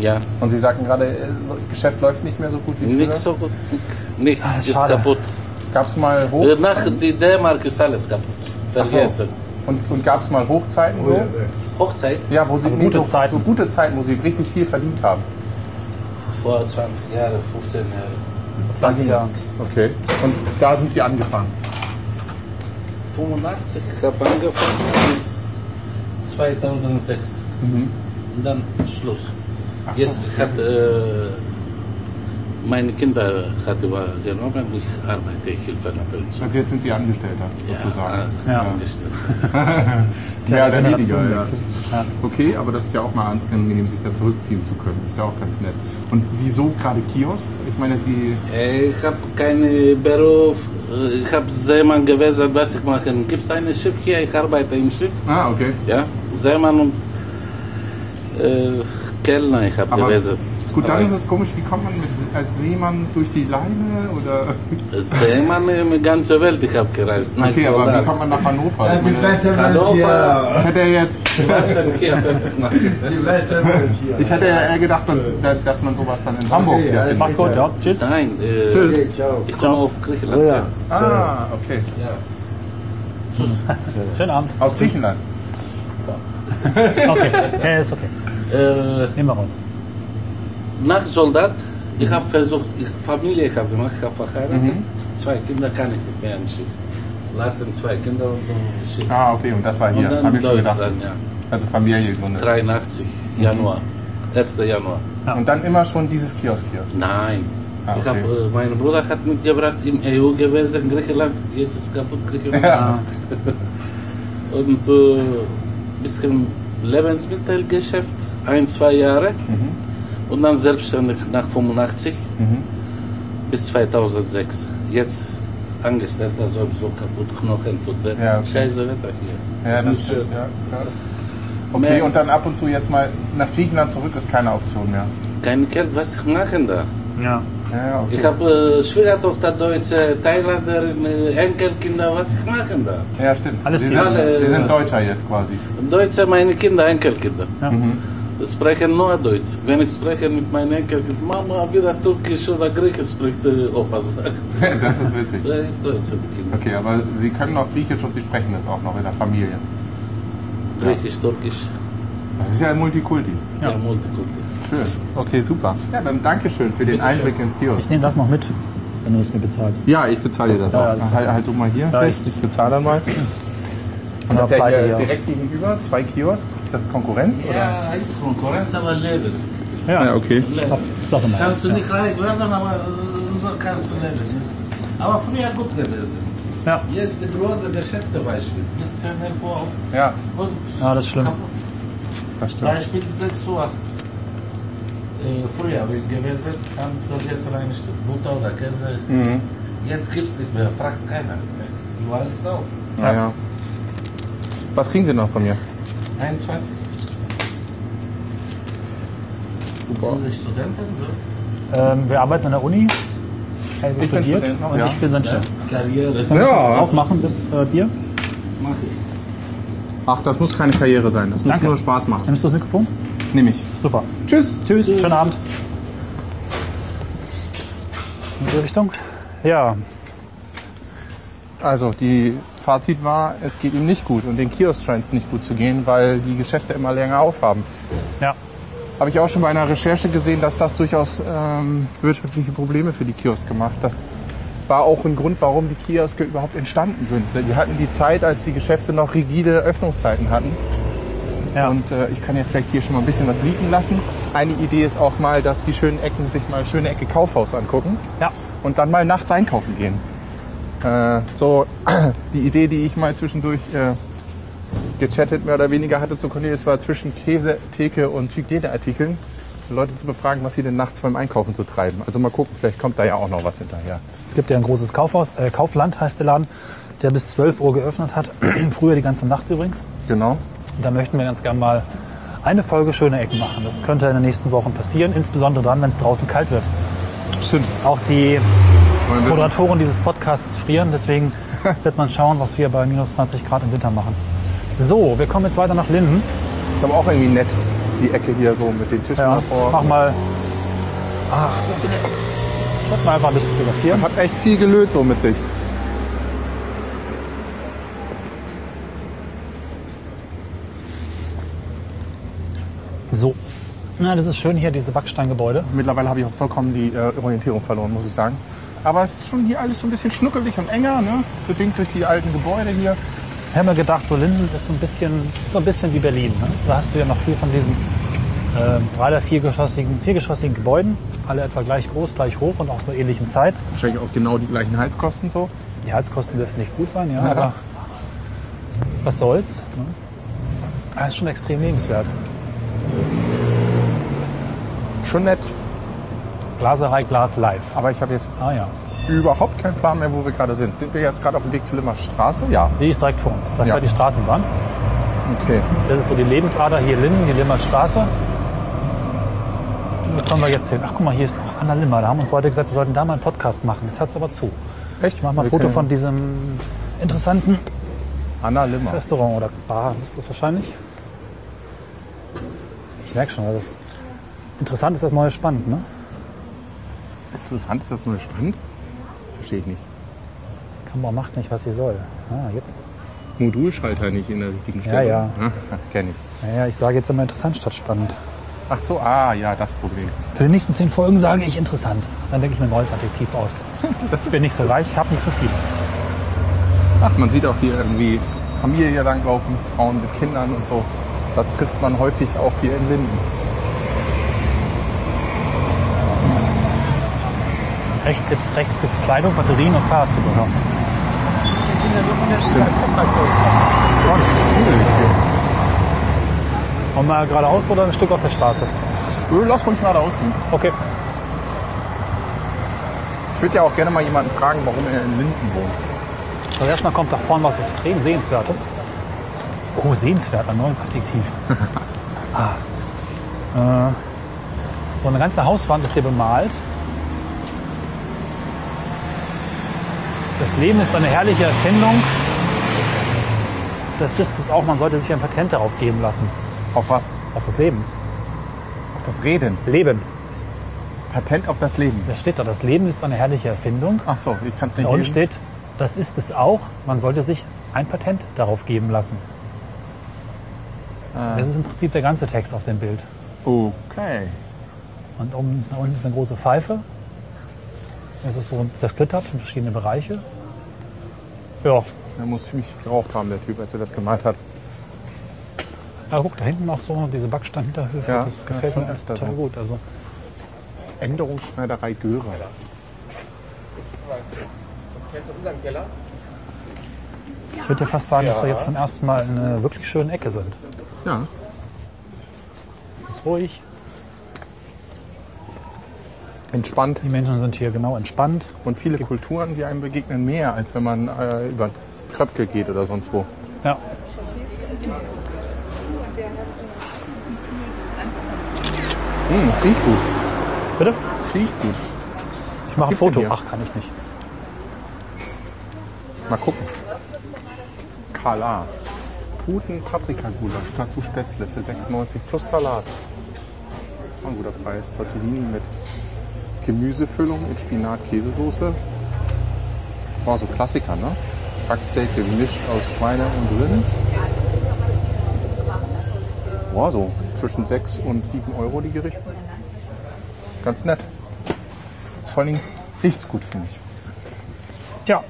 [SPEAKER 6] Ja.
[SPEAKER 2] Und Sie sagten gerade, äh, Geschäft läuft nicht mehr so gut wie
[SPEAKER 6] Nicht
[SPEAKER 2] früher.
[SPEAKER 6] so gut. Nicht.
[SPEAKER 5] Ah,
[SPEAKER 6] Ist
[SPEAKER 3] schade.
[SPEAKER 6] kaputt.
[SPEAKER 2] Gab es mal
[SPEAKER 5] Oh.
[SPEAKER 2] Hoch
[SPEAKER 6] Äh, Nach die D-Mark ist alles kaputt.
[SPEAKER 2] Ach so.
[SPEAKER 6] Vergessen.
[SPEAKER 2] und, und gab's mal Hochzeiten so?
[SPEAKER 6] Hochzeit
[SPEAKER 2] Ja, wo sie
[SPEAKER 3] Also gute
[SPEAKER 2] so,
[SPEAKER 3] Zeiten.
[SPEAKER 2] so Oh gute Zeiten, wo sie richtig viel verdient haben.
[SPEAKER 6] vor 20 Jahren, 15 Jahren,
[SPEAKER 3] 20 Jahre.
[SPEAKER 2] Okay. Und da sind sie angefangen.
[SPEAKER 6] 85 habe angefangen bis Mhm. 2006. Und dann Schluss. Jetzt hat äh, meine Kinder hat übergenommen, ich arbeite Hilfe nach Pension.
[SPEAKER 2] Also jetzt sind sie Angestellter, sozusagen.
[SPEAKER 6] Ja,
[SPEAKER 3] Ja.
[SPEAKER 6] angestellt.
[SPEAKER 2] Mehr oder weniger. Ja.
[SPEAKER 3] Generationenwechsel. Ja.
[SPEAKER 2] Okay, aber das ist ja auch mal ganz angenehm, sich da zurückziehen zu können. Ist ja auch ganz nett. Und wieso gerade Kiosk? Ich meine, sie.
[SPEAKER 6] Äh, Ich habe keinen Beruf, ich habe Seemann gewesen, was ich machen. Gibt es ein Schiff hier? Ich arbeite im Schiff.
[SPEAKER 2] Ah, okay.
[SPEAKER 6] Ja, Seemann und äh, Kellner, ich habe
[SPEAKER 2] Aber-
[SPEAKER 6] gewesen.
[SPEAKER 2] Gut, dann
[SPEAKER 6] Aber
[SPEAKER 2] ist es komisch, wie kommt man mit, als Seemann durch die Leine oder.
[SPEAKER 6] Seemann in der ganzen Welt, ich habe gereist. Nein,
[SPEAKER 2] Okay, aber wie kommt man nach Hannover? Ich
[SPEAKER 7] Die
[SPEAKER 2] meine,
[SPEAKER 7] beste
[SPEAKER 6] Hannover.
[SPEAKER 7] Mensch hier.
[SPEAKER 2] hätte er jetzt.
[SPEAKER 7] Die beste Mensch hier.
[SPEAKER 2] Ich hätte ja eher gedacht, dass, dass man sowas dann in Hamburg
[SPEAKER 7] Okay,
[SPEAKER 2] wieder
[SPEAKER 7] alles
[SPEAKER 2] findet.
[SPEAKER 3] Macht's gut, ja. Tschüss.
[SPEAKER 6] Nein, äh,
[SPEAKER 2] Tschüss.
[SPEAKER 7] Okay, ciao.
[SPEAKER 6] ich komme auf Griechenland.
[SPEAKER 7] Oh ja.
[SPEAKER 2] Ah, okay.
[SPEAKER 3] Schönen Abend.
[SPEAKER 2] Aus Griechenland.
[SPEAKER 3] Okay, ja, ist okay.
[SPEAKER 6] ja. Äh,
[SPEAKER 3] Nehmen wir raus.
[SPEAKER 6] nach Soldat, ich habe versucht, ich Familie ich habe gemacht, ich habe verheiratet.
[SPEAKER 2] Mhm.
[SPEAKER 6] Zwei Kinder kann ich nicht mehr im Schiff. Lassen zwei Kinder und dann Schiff.
[SPEAKER 2] Ah, okay, und das war
[SPEAKER 6] Und
[SPEAKER 2] hier.
[SPEAKER 6] dann
[SPEAKER 2] Hab ich schon gedacht.
[SPEAKER 6] Deutschland, ja.
[SPEAKER 2] Also Familie gegründet.
[SPEAKER 6] 83, Januar. 1. Januar.
[SPEAKER 2] Und dann immer schon dieses Kiosk hier.
[SPEAKER 6] Nein.
[SPEAKER 2] Ah,
[SPEAKER 6] Ich hab,
[SPEAKER 2] okay.
[SPEAKER 6] äh, mein Bruder hat mitgebracht, im EU gewesen, Griechenland, jetzt ist kaputt Griechenland.
[SPEAKER 2] Ja.
[SPEAKER 6] Und äh, bisschen Lebensmittelgeschäft, ein, zwei Jahre.
[SPEAKER 2] Mhm.
[SPEAKER 6] Und dann selbstständig nach 85 bis 2006. Jetzt Angestellter sowieso kaputt, Knochen tut weh.
[SPEAKER 2] Ja, okay.
[SPEAKER 6] Scheiße Wetter hier.
[SPEAKER 2] Ja,
[SPEAKER 6] Ist
[SPEAKER 2] das
[SPEAKER 6] nicht schön.
[SPEAKER 2] stimmt. Ja, klar. Okay, und dann ab und zu jetzt mal nach Griechenland zurück ist keine Option mehr.
[SPEAKER 6] Kein Geld, was ich machen da?
[SPEAKER 3] Ja.
[SPEAKER 2] Ja, ja, okay.
[SPEAKER 6] Ich habe äh, Schwiegertochter, Deutsche, Thailänderin, äh, Enkelkinder, was ich machen da?
[SPEAKER 2] ja stimmt.
[SPEAKER 3] Alles
[SPEAKER 2] Sie
[SPEAKER 3] hier.
[SPEAKER 2] sind,
[SPEAKER 6] Alle-
[SPEAKER 2] Sie sind Deutscher jetzt quasi.
[SPEAKER 6] Deutsche, meine Kinder, Enkelkinder.
[SPEAKER 3] Ja.
[SPEAKER 6] Mhm. Sprechen nur Deutsch. Wenn ich spreche mit meinen Enkelkindern, Mama wieder Türkisch oder Griechisch spricht, äh, Opa sagt.
[SPEAKER 2] das ist witzig.
[SPEAKER 6] Das ist Deutsch, die Kinder.
[SPEAKER 2] Okay, aber Sie können noch Griechisch und Sie sprechen das auch noch in der Familie.
[SPEAKER 6] Griechisch, Türkisch,
[SPEAKER 2] Das ist ja Multikulti.
[SPEAKER 6] ja. Multikulti.
[SPEAKER 2] Schön. Okay, super. Ja, dann Dankeschön für den Einblick ins Kiosk.
[SPEAKER 3] Ich nehme das noch mit, wenn du es mir bezahlst.
[SPEAKER 2] Ja, ich bezahle dir das
[SPEAKER 3] Ja,
[SPEAKER 2] auch.
[SPEAKER 3] ja, das-
[SPEAKER 2] halt, halt du mal hier
[SPEAKER 3] Ja,
[SPEAKER 2] fest, ich bezahle dann mal.
[SPEAKER 3] Und
[SPEAKER 2] Das ist
[SPEAKER 3] auf
[SPEAKER 2] ja
[SPEAKER 3] Breite
[SPEAKER 2] hier
[SPEAKER 3] hier.
[SPEAKER 2] direkt gegenüber, zwei Kiosks. Ist das Konkurrenz? Oder?
[SPEAKER 6] Ja, ist Konkurrenz, aber leben.
[SPEAKER 3] Ja,
[SPEAKER 2] Ah, okay.
[SPEAKER 6] leben.
[SPEAKER 3] das lassen wir mal.
[SPEAKER 6] Kannst du nicht reich werden, aber äh, so kannst du leben. Ist, aber früher gut gewesen.
[SPEAKER 3] Ja.
[SPEAKER 6] Jetzt die große Geschäfte Beispiel. Bis 10 Uhr vor
[SPEAKER 2] Ja,
[SPEAKER 6] und
[SPEAKER 3] Ja, Ah, das ist schlimm.
[SPEAKER 6] kaputt.
[SPEAKER 2] das stimmt.
[SPEAKER 6] Beispiel 6 Uhr. Äh, früher wir gewesen, abends vergessen ein Stück Butter oder Käse. Jetzt gibt es nicht mehr, fragt keiner. Überall ist auf.
[SPEAKER 2] Ah, Ja, ja. Was kriegen Sie noch von mir?
[SPEAKER 6] 21.
[SPEAKER 2] Super.
[SPEAKER 6] Diese Studenten, so.
[SPEAKER 3] Ähm, wir arbeiten an der Uni. Er
[SPEAKER 2] bin
[SPEAKER 3] studiert
[SPEAKER 2] Student noch,
[SPEAKER 3] und
[SPEAKER 2] ja.
[SPEAKER 3] ich bin sein Chef.
[SPEAKER 6] Karriere.
[SPEAKER 2] Ja.
[SPEAKER 3] Aufmachen bis äh, Bier.
[SPEAKER 6] Mach ich.
[SPEAKER 2] Ach, das muss keine Karriere sein. Das muss
[SPEAKER 3] Danke.
[SPEAKER 2] nur Spaß machen.
[SPEAKER 3] Nimmst du das Mikrofon?
[SPEAKER 2] Nehme ich.
[SPEAKER 3] Super.
[SPEAKER 2] Tschüss.
[SPEAKER 3] Tschüss, schönen Abend. In die Richtung? Ja,
[SPEAKER 2] Also, die Fazit war, es geht ihm nicht gut. Und den Kiosk scheint es nicht gut zu gehen, weil die Geschäfte immer länger aufhaben.
[SPEAKER 3] ja.
[SPEAKER 2] Habe ich auch schon bei einer Recherche gesehen, dass das durchaus ähm, wirtschaftliche Probleme für die Kioske macht. Das war auch ein Grund, warum die Kioske überhaupt entstanden sind. Die hatten die Zeit, als die Geschäfte noch rigide Öffnungszeiten hatten.
[SPEAKER 3] Ja.
[SPEAKER 2] Und äh, ich kann ja vielleicht hier schon mal ein bisschen was liegen lassen. Eine Idee ist auch mal, dass die schönen Ecken sich mal schöne Ecke Kaufhaus angucken
[SPEAKER 3] Ja,
[SPEAKER 2] und dann mal nachts einkaufen gehen. Äh, so die Idee, die ich mal zwischendurch äh, gechattet mehr oder weniger hatte zu Cornelius, war zwischen Käse, Theke und Hygieneartikeln Leute zu befragen, was sie denn nachts beim Einkaufen zu treiben. Also mal gucken, vielleicht kommt da ja auch noch was hinterher.
[SPEAKER 3] es gibt ja ein großes Kaufhaus, äh, Kaufland heißt der Laden, der bis 12 Uhr geöffnet hat. Früher die ganze Nacht übrigens.
[SPEAKER 2] Genau.
[SPEAKER 3] Und da möchten wir ganz gerne mal eine Folge schöne Ecken machen. Das könnte in den nächsten Wochen passieren, insbesondere dann, wenn es draußen kalt wird.
[SPEAKER 2] Stimmt.
[SPEAKER 3] Auch die
[SPEAKER 2] Wollen wir-
[SPEAKER 3] Moderatoren dieses Podcasts frieren, deswegen wird man schauen, was wir bei minus 20 Grad im Winter machen. So, wir kommen jetzt weiter nach Linden.
[SPEAKER 2] Ist aber auch irgendwie nett, die Ecke hier so mit den Tischen
[SPEAKER 3] Ja,
[SPEAKER 2] davor.
[SPEAKER 3] mach mal. Ach, ich mal einfach ein bisschen fotografieren.
[SPEAKER 2] Hat echt viel gelöt so mit sich.
[SPEAKER 3] So. Na, das ist schön hier, diese Backsteingebäude.
[SPEAKER 2] Mittlerweile habe ich auch vollkommen die äh, Orientierung verloren, muss ich sagen. Aber es ist schon hier alles so ein bisschen schnuckelig und enger, ne? bedingt durch die alten Gebäude hier.
[SPEAKER 3] Ich habe mir gedacht, so Linden ist so ein bisschen, ist so ein bisschen wie Berlin. Ne? Da hast du ja noch viel von diesen äh, drei- oder viergeschossigen, viergeschossigen Gebäuden, alle etwa gleich groß, gleich hoch und aus einer ähnlichen Zeit.
[SPEAKER 2] Wahrscheinlich auch genau die gleichen Heizkosten so.
[SPEAKER 3] Die Heizkosten dürfen nicht gut sein, ja, aber was soll's. Ne? Das ist schon extrem lebenswert.
[SPEAKER 2] Schon nett,
[SPEAKER 3] Glaserei, Glas live.
[SPEAKER 2] aber ich habe jetzt
[SPEAKER 3] Ah ja,
[SPEAKER 2] überhaupt keinen Plan mehr, wo wir gerade sind. Sind wir jetzt gerade auf dem Weg zur Limmer Straße? Ja.
[SPEAKER 3] die ist direkt vor uns. Da
[SPEAKER 2] Ja.
[SPEAKER 3] fährt die Straßenbahn.
[SPEAKER 2] Okay.
[SPEAKER 3] Das ist so die Lebensader hier Linden, die Limmer Straße. Wo kommen wir jetzt hin? Ach guck mal, hier ist auch Anna Limmer. Da haben uns Leute gesagt, wir sollten da mal einen Podcast machen. Jetzt hat's aber zu.
[SPEAKER 2] Echt?
[SPEAKER 3] Ich mach mal ein
[SPEAKER 2] Wir
[SPEAKER 3] Foto
[SPEAKER 2] können-
[SPEAKER 3] von diesem interessanten
[SPEAKER 2] Anna Limmer.
[SPEAKER 3] Restaurant oder Bar, ist das wahrscheinlich. Ich merke schon, das interessant ist das neue spannend, ne?
[SPEAKER 2] Ist interessant, ist das nur spannend? Verstehe ich nicht.
[SPEAKER 3] Kamera macht nicht, was sie soll. Ah, jetzt.
[SPEAKER 2] Modulschalter nicht in der richtigen Stelle.
[SPEAKER 3] ja.
[SPEAKER 2] Kenne ich.
[SPEAKER 3] Naja, ich sage jetzt immer interessant statt spannend.
[SPEAKER 2] Ach so, ah ja, das Problem.
[SPEAKER 3] Für die nächsten zehn Folgen sage ich interessant. Dann denke ich mir ein neues Adjektiv aus. Ich bin nicht so reich, habe nicht so viel.
[SPEAKER 2] Ach, man sieht auch hier irgendwie Familie langlaufen, Frauen mit Kindern und so. Das trifft man häufig auch hier in Linden.
[SPEAKER 3] Rechts gibt's, rechts gibt's Kleidung, Batterien und Fahrradzubehör.
[SPEAKER 2] Schon cool hier.
[SPEAKER 3] Und mal geradeaus oder ein Stück auf der Straße?
[SPEAKER 2] Ö, Äh, Lass ruhig mal da ausgehen.
[SPEAKER 3] Okay.
[SPEAKER 2] Ich würde ja auch gerne mal jemanden fragen, warum er in Linden wohnt.
[SPEAKER 3] Also erstmal kommt da vorne was extrem Sehenswertes. Oh, sehenswert, ein neues Adjektiv. ah, äh, so eine ganze Hauswand ist hier bemalt. Das Leben ist eine herrliche Erfindung. Das ist es auch, man sollte sich ein Patent darauf geben lassen.
[SPEAKER 2] Auf was?
[SPEAKER 3] Auf das Leben.
[SPEAKER 2] Auf das Reden.
[SPEAKER 3] Leben.
[SPEAKER 2] Patent auf das Leben.
[SPEAKER 3] Da steht da, das Leben ist eine herrliche Erfindung.
[SPEAKER 2] Ach so, ich kann es nicht
[SPEAKER 3] Da unten
[SPEAKER 2] lesen.
[SPEAKER 3] steht, das ist es auch, man sollte sich ein Patent darauf geben lassen.
[SPEAKER 2] Ah.
[SPEAKER 3] Das ist im Prinzip der ganze Text auf dem Bild.
[SPEAKER 2] Okay.
[SPEAKER 3] Und oben, da unten ist eine große Pfeife. Es ist so zersplittert in verschiedene Bereiche. Ja,
[SPEAKER 2] Er muss ziemlich geraucht haben, der Typ, als er das gemalt hat.
[SPEAKER 3] da guck, da hinten noch so diese Backsteinhinterhöfe.
[SPEAKER 2] Ja,
[SPEAKER 3] das
[SPEAKER 2] ja,
[SPEAKER 3] gefällt
[SPEAKER 2] schon
[SPEAKER 3] mir alles
[SPEAKER 2] öfter
[SPEAKER 3] total
[SPEAKER 2] so.
[SPEAKER 3] gut. Also,
[SPEAKER 2] Änderungsschneiderei Görer.
[SPEAKER 3] ich würde fast sagen, dass wir jetzt zum ersten Mal in einer wirklich schönen Ecke sind.
[SPEAKER 2] Ja.
[SPEAKER 3] Es ist ruhig,
[SPEAKER 2] Entspannt.
[SPEAKER 3] die Menschen sind hier genau entspannt.
[SPEAKER 2] Und viele Kulturen, die einem begegnen, mehr, als wenn man äh, über Kröpke geht oder sonst wo.
[SPEAKER 3] Ja.
[SPEAKER 2] Hm, es riecht gut.
[SPEAKER 3] Bitte?
[SPEAKER 2] Es riecht gut.
[SPEAKER 3] Ich mache ein
[SPEAKER 2] Gibt's denn
[SPEAKER 3] Foto.
[SPEAKER 2] hier?
[SPEAKER 3] Ach, kann ich nicht.
[SPEAKER 2] Mal gucken. Kala. Puten Paprikagulasch, dazu Spätzle für 96 plus Salat. Auch Ein guter Preis. Tortellini mit Gemüsefüllung in Spinat-Käsesoße. War so Klassiker, ne? Backsteak gemischt aus Schweine und Rind. War so zwischen 6 und 7 Euro die Gerichte. Ganz nett. Vor allen Dingen riecht's gut, finde ich.
[SPEAKER 3] Ja.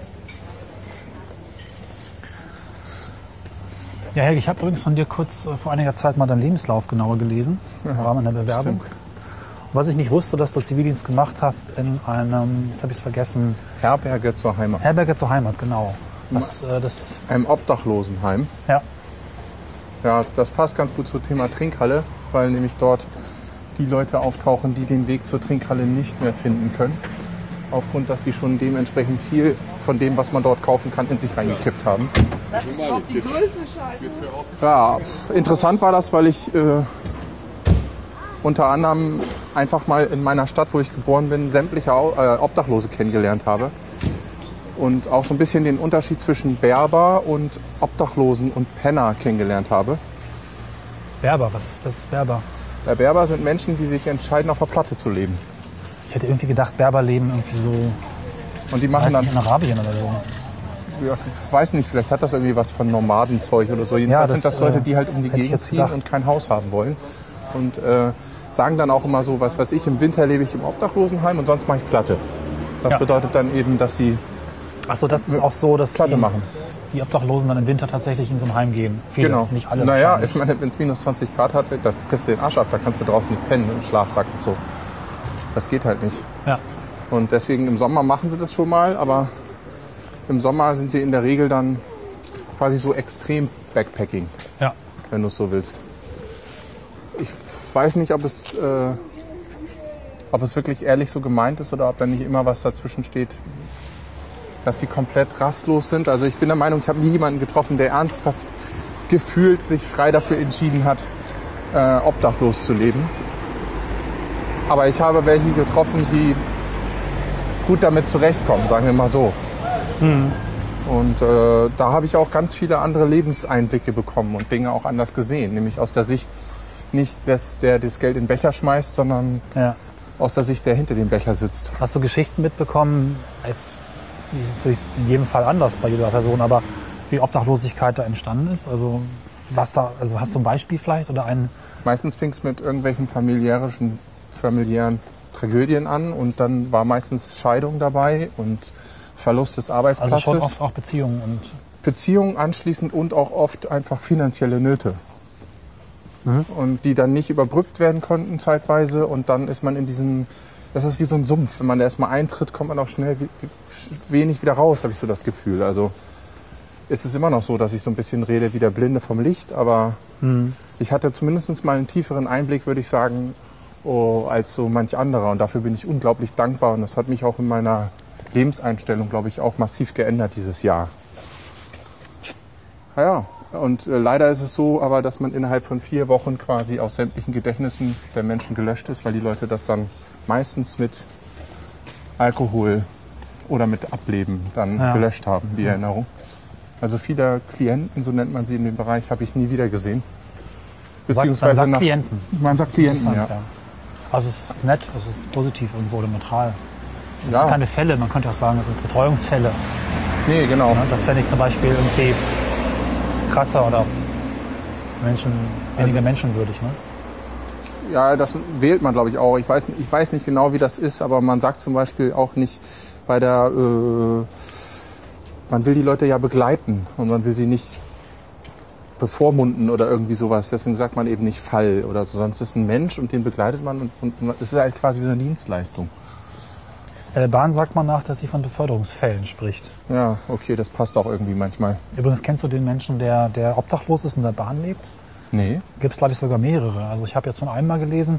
[SPEAKER 3] Ja, Helge, ich habe übrigens von dir kurz äh, vor einiger Zeit mal deinen Lebenslauf genauer gelesen, im Rahmen einer Bewerbung.
[SPEAKER 2] stimmt.
[SPEAKER 3] Was ich nicht wusste, dass du Zivildienst gemacht hast in einem, jetzt habe ich es vergessen,
[SPEAKER 2] Herberge zur Heimat.
[SPEAKER 3] Herberge zur Heimat, genau. Was, äh, das,
[SPEAKER 2] einem Obdachlosenheim.
[SPEAKER 3] ja,
[SPEAKER 2] Ja, das passt ganz gut zum Thema Trinkhalle, weil nämlich dort die Leute auftauchen, die den Weg zur Trinkhalle nicht mehr finden können. Aufgrund, dass die schon dementsprechend viel von dem, was man dort kaufen kann, in sich reingekippt haben. Ja, interessant war das, weil ich äh, unter anderem einfach mal in meiner Stadt, wo ich geboren bin, sämtliche Au- äh, Obdachlose kennengelernt habe. Und auch so ein bisschen den Unterschied zwischen Berber und Obdachlosen und Penner kennengelernt habe.
[SPEAKER 3] Werber, was ist das? Werber.
[SPEAKER 2] Bei Berber sind Menschen, die sich entscheiden, auf der Platte zu leben.
[SPEAKER 3] Ich hätte irgendwie gedacht, Berber leben irgendwie so,
[SPEAKER 2] Und die
[SPEAKER 3] weiß
[SPEAKER 2] machen dann,
[SPEAKER 3] nicht, in Arabien oder so.
[SPEAKER 2] ja, ich weiß nicht, vielleicht hat das irgendwie was von Nomadenzeug oder so. Jedenfalls
[SPEAKER 3] Ja, das,
[SPEAKER 2] sind das Leute,
[SPEAKER 3] äh,
[SPEAKER 2] die halt um die
[SPEAKER 3] hätte ich
[SPEAKER 2] Gegend
[SPEAKER 3] jetzt
[SPEAKER 2] ziehen
[SPEAKER 3] gedacht.
[SPEAKER 2] und kein Haus haben wollen. und äh, sagen dann auch immer so, was weiß ich, im Winter lebe ich im Obdachlosenheim und sonst mache ich Platte. Das
[SPEAKER 3] Ja.
[SPEAKER 2] bedeutet dann eben, dass sie
[SPEAKER 3] Achso, das ist auch so, dass
[SPEAKER 2] Platte
[SPEAKER 3] die,
[SPEAKER 2] machen.
[SPEAKER 3] die Obdachlosen dann im Winter tatsächlich in so ein Heim gehen. Viele,
[SPEAKER 2] Genau.
[SPEAKER 3] nicht alle.
[SPEAKER 2] Naja,
[SPEAKER 3] wahrscheinlich.
[SPEAKER 2] ich meine, wenn es minus 20 Grad hat, da kriegst du den Arsch ab, da kannst du draußen nicht pennen im Schlafsack und so. Das geht halt nicht.
[SPEAKER 3] ja.
[SPEAKER 2] Und deswegen im Sommer machen sie das schon mal, aber im Sommer sind sie in der Regel dann quasi so extrem Backpacking,
[SPEAKER 3] ja.
[SPEAKER 2] wenn du es so willst. Ich weiß nicht, ob es, äh, ob es wirklich ehrlich so gemeint ist oder ob da nicht immer was dazwischen steht, dass sie komplett rastlos sind. Also ich bin der Meinung, ich habe nie jemanden getroffen, der ernsthaft gefühlt sich frei dafür entschieden hat, äh, obdachlos zu leben. Aber ich habe welche getroffen, die gut damit zurechtkommen, sagen wir mal so. Und äh, da habe ich auch ganz viele andere Lebenseinblicke bekommen und Dinge auch anders gesehen, nämlich aus der Sicht nicht, dass der das Geld in den Becher schmeißt, sondern
[SPEAKER 3] ja.
[SPEAKER 2] aus der Sicht, der hinter dem Becher sitzt.
[SPEAKER 3] Hast du Geschichten mitbekommen, als die ist natürlich in jedem Fall anders bei jeder Person, aber wie Obdachlosigkeit da entstanden ist? Also was da, also hast du ein Beispiel vielleicht oder einen?
[SPEAKER 2] Meistens fing es mit irgendwelchen familiärischen, familiären Tragödien an und dann war meistens Scheidung dabei und Verlust des
[SPEAKER 3] Also
[SPEAKER 2] Arbeitsplatzes,
[SPEAKER 3] schon oft auch Beziehungen und
[SPEAKER 2] Beziehungen anschließend und auch oft einfach finanzielle Nöte. Und die dann nicht überbrückt werden konnten zeitweise und dann ist man in diesem, das ist wie so ein Sumpf. Wenn man da erstmal eintritt, kommt man auch schnell wie- wie- wenig wieder raus, habe ich so das Gefühl. Also ist es immer noch so, dass ich so ein bisschen rede wie der Blinde vom Licht, aber
[SPEAKER 3] Hm.
[SPEAKER 2] ich hatte zumindest mal einen tieferen Einblick, würde ich sagen, oh, als so manch anderer. Und dafür bin ich unglaublich dankbar. Und das hat mich auch in meiner Lebenseinstellung, glaube ich, auch massiv geändert dieses Jahr. Ja, und äh, leider ist es so, aber dass man innerhalb von vier Wochen quasi aus sämtlichen Gedächtnissen der Menschen gelöscht ist, weil die Leute das dann meistens mit Alkohol oder mit Ableben dann
[SPEAKER 3] Ja.
[SPEAKER 2] gelöscht haben, die Erinnerung. Also viele Klienten, so nennt man sie in dem Bereich, habe ich nie wieder gesehen. Beziehungsweise
[SPEAKER 3] man sagt
[SPEAKER 2] nach,
[SPEAKER 3] Klienten.
[SPEAKER 2] Man sagt Klienten, ja.
[SPEAKER 3] Interessant, ja. Also es ist nett, es ist positiv irgendwo oder neutral. Es
[SPEAKER 2] Ja.
[SPEAKER 3] sind keine Fälle, man könnte auch sagen, es sind Betreuungsfälle.
[SPEAKER 2] Nee, genau.
[SPEAKER 3] Ne? Das fände ich zum Beispiel irgendwie krasser oder Menschen,
[SPEAKER 2] Also
[SPEAKER 3] weniger menschenwürdig. Ne?
[SPEAKER 2] Ja, das wählt man, glaube ich, auch. Ich weiß, ich weiß nicht genau, wie das ist, aber man sagt zum Beispiel auch nicht bei der, äh, man will die Leute ja begleiten und man will sie nicht bevormunden oder irgendwie sowas. Deswegen sagt man eben nicht Fall oder so. Sonst ist ein Mensch und den begleitet man und, und man- es ist halt quasi wie so eine Dienstleistung.
[SPEAKER 3] Bei der Äh, Bahn sagt man nach, dass sie von Beförderungsfällen spricht.
[SPEAKER 2] Ja, okay, das passt auch irgendwie manchmal.
[SPEAKER 3] Übrigens kennst du den Menschen, der, der obdachlos ist und in der Bahn lebt?
[SPEAKER 2] Nee.
[SPEAKER 3] Gibt es, glaube ich, sogar mehrere. Also ich habe jetzt von einem mal gelesen,